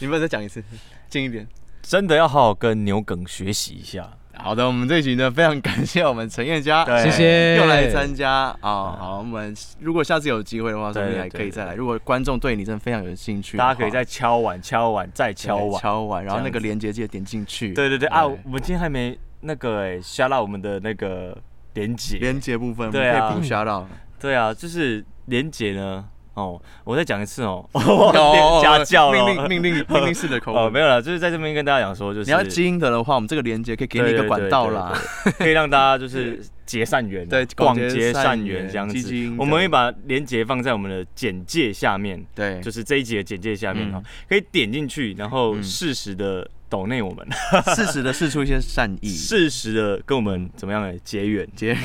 [SPEAKER 1] 你们再讲一次，近一点。
[SPEAKER 2] 真的要好好跟牛梗学习一下。
[SPEAKER 1] 好的，我们这一集呢，非常感谢我们陈彦佳，
[SPEAKER 2] 对
[SPEAKER 3] 谢谢，
[SPEAKER 1] 又来参加啊、好，我们如果下次有机会的话，说不定
[SPEAKER 2] 对
[SPEAKER 1] 还可以
[SPEAKER 2] 对
[SPEAKER 1] 再来。
[SPEAKER 2] 对
[SPEAKER 1] 如果观众对你真的非常有兴趣的话，
[SPEAKER 2] 大家可以再敲碗、敲碗、再敲
[SPEAKER 1] 对
[SPEAKER 2] 碗。
[SPEAKER 1] 敲完，然后
[SPEAKER 2] 这
[SPEAKER 1] 那
[SPEAKER 2] 样
[SPEAKER 1] 个
[SPEAKER 2] 子
[SPEAKER 1] 连接记得点进去。
[SPEAKER 2] 对对对啊！
[SPEAKER 1] 对
[SPEAKER 2] 我们今天还没那个哎，下到我们的那个连接。
[SPEAKER 1] 连接部分，我们
[SPEAKER 2] 对啊
[SPEAKER 1] 可以补刷到。
[SPEAKER 2] 对啊，就是连姐呢，哦，我再讲一
[SPEAKER 1] [laughs]
[SPEAKER 2] 次哦，
[SPEAKER 1] 哦
[SPEAKER 2] 家教咯
[SPEAKER 1] 命令命令命令式的口
[SPEAKER 2] 哦，没
[SPEAKER 1] 吻。
[SPEAKER 2] 有了，就是在这边跟大家讲说，就是
[SPEAKER 1] 你要基因的的话，我们这个连接可以给你一
[SPEAKER 2] 对
[SPEAKER 1] 个
[SPEAKER 2] 对
[SPEAKER 1] 管
[SPEAKER 2] 对
[SPEAKER 1] 道
[SPEAKER 2] 对
[SPEAKER 1] 啦。
[SPEAKER 2] 对
[SPEAKER 1] [laughs]
[SPEAKER 2] 可以让大家就是结善缘啊，
[SPEAKER 1] 对广
[SPEAKER 2] 广
[SPEAKER 1] 结
[SPEAKER 2] 结
[SPEAKER 1] 善
[SPEAKER 2] 善
[SPEAKER 1] 缘
[SPEAKER 2] 缘这样
[SPEAKER 1] 积极
[SPEAKER 2] 子
[SPEAKER 1] 应。
[SPEAKER 2] 我们会
[SPEAKER 1] 得
[SPEAKER 2] 把连接放在我们的简介下面，
[SPEAKER 1] 对，
[SPEAKER 2] 就是这一集的简介下面
[SPEAKER 1] 嗯
[SPEAKER 2] 哈，可以点进去，然后
[SPEAKER 1] 嗯
[SPEAKER 2] 适时的抖内我
[SPEAKER 1] [laughs]
[SPEAKER 2] 们，
[SPEAKER 1] 适时的试出一些善意。
[SPEAKER 2] 适时的跟我们怎么样哎结缘，
[SPEAKER 1] 结
[SPEAKER 2] 哦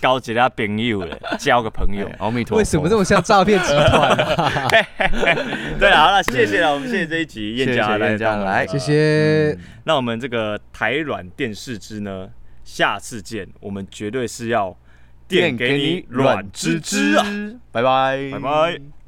[SPEAKER 2] 交几下朋友
[SPEAKER 1] [laughs]
[SPEAKER 2] 嘞，交个朋友
[SPEAKER 1] 哎。阿弥陀佛。
[SPEAKER 3] 为什么这么像诈骗集团啊？
[SPEAKER 2] 对啊，好了，谢谢了，我们谢谢这一集
[SPEAKER 1] 谢
[SPEAKER 2] 燕
[SPEAKER 1] 谢
[SPEAKER 2] 家来
[SPEAKER 1] 燕家
[SPEAKER 2] 到我们
[SPEAKER 1] 来
[SPEAKER 2] 的
[SPEAKER 3] 谢谢，
[SPEAKER 2] 那我们这个台软电视之呢，下次见，我们绝对是要
[SPEAKER 1] 电给你软芝芝啊！！拜拜，
[SPEAKER 2] 拜拜。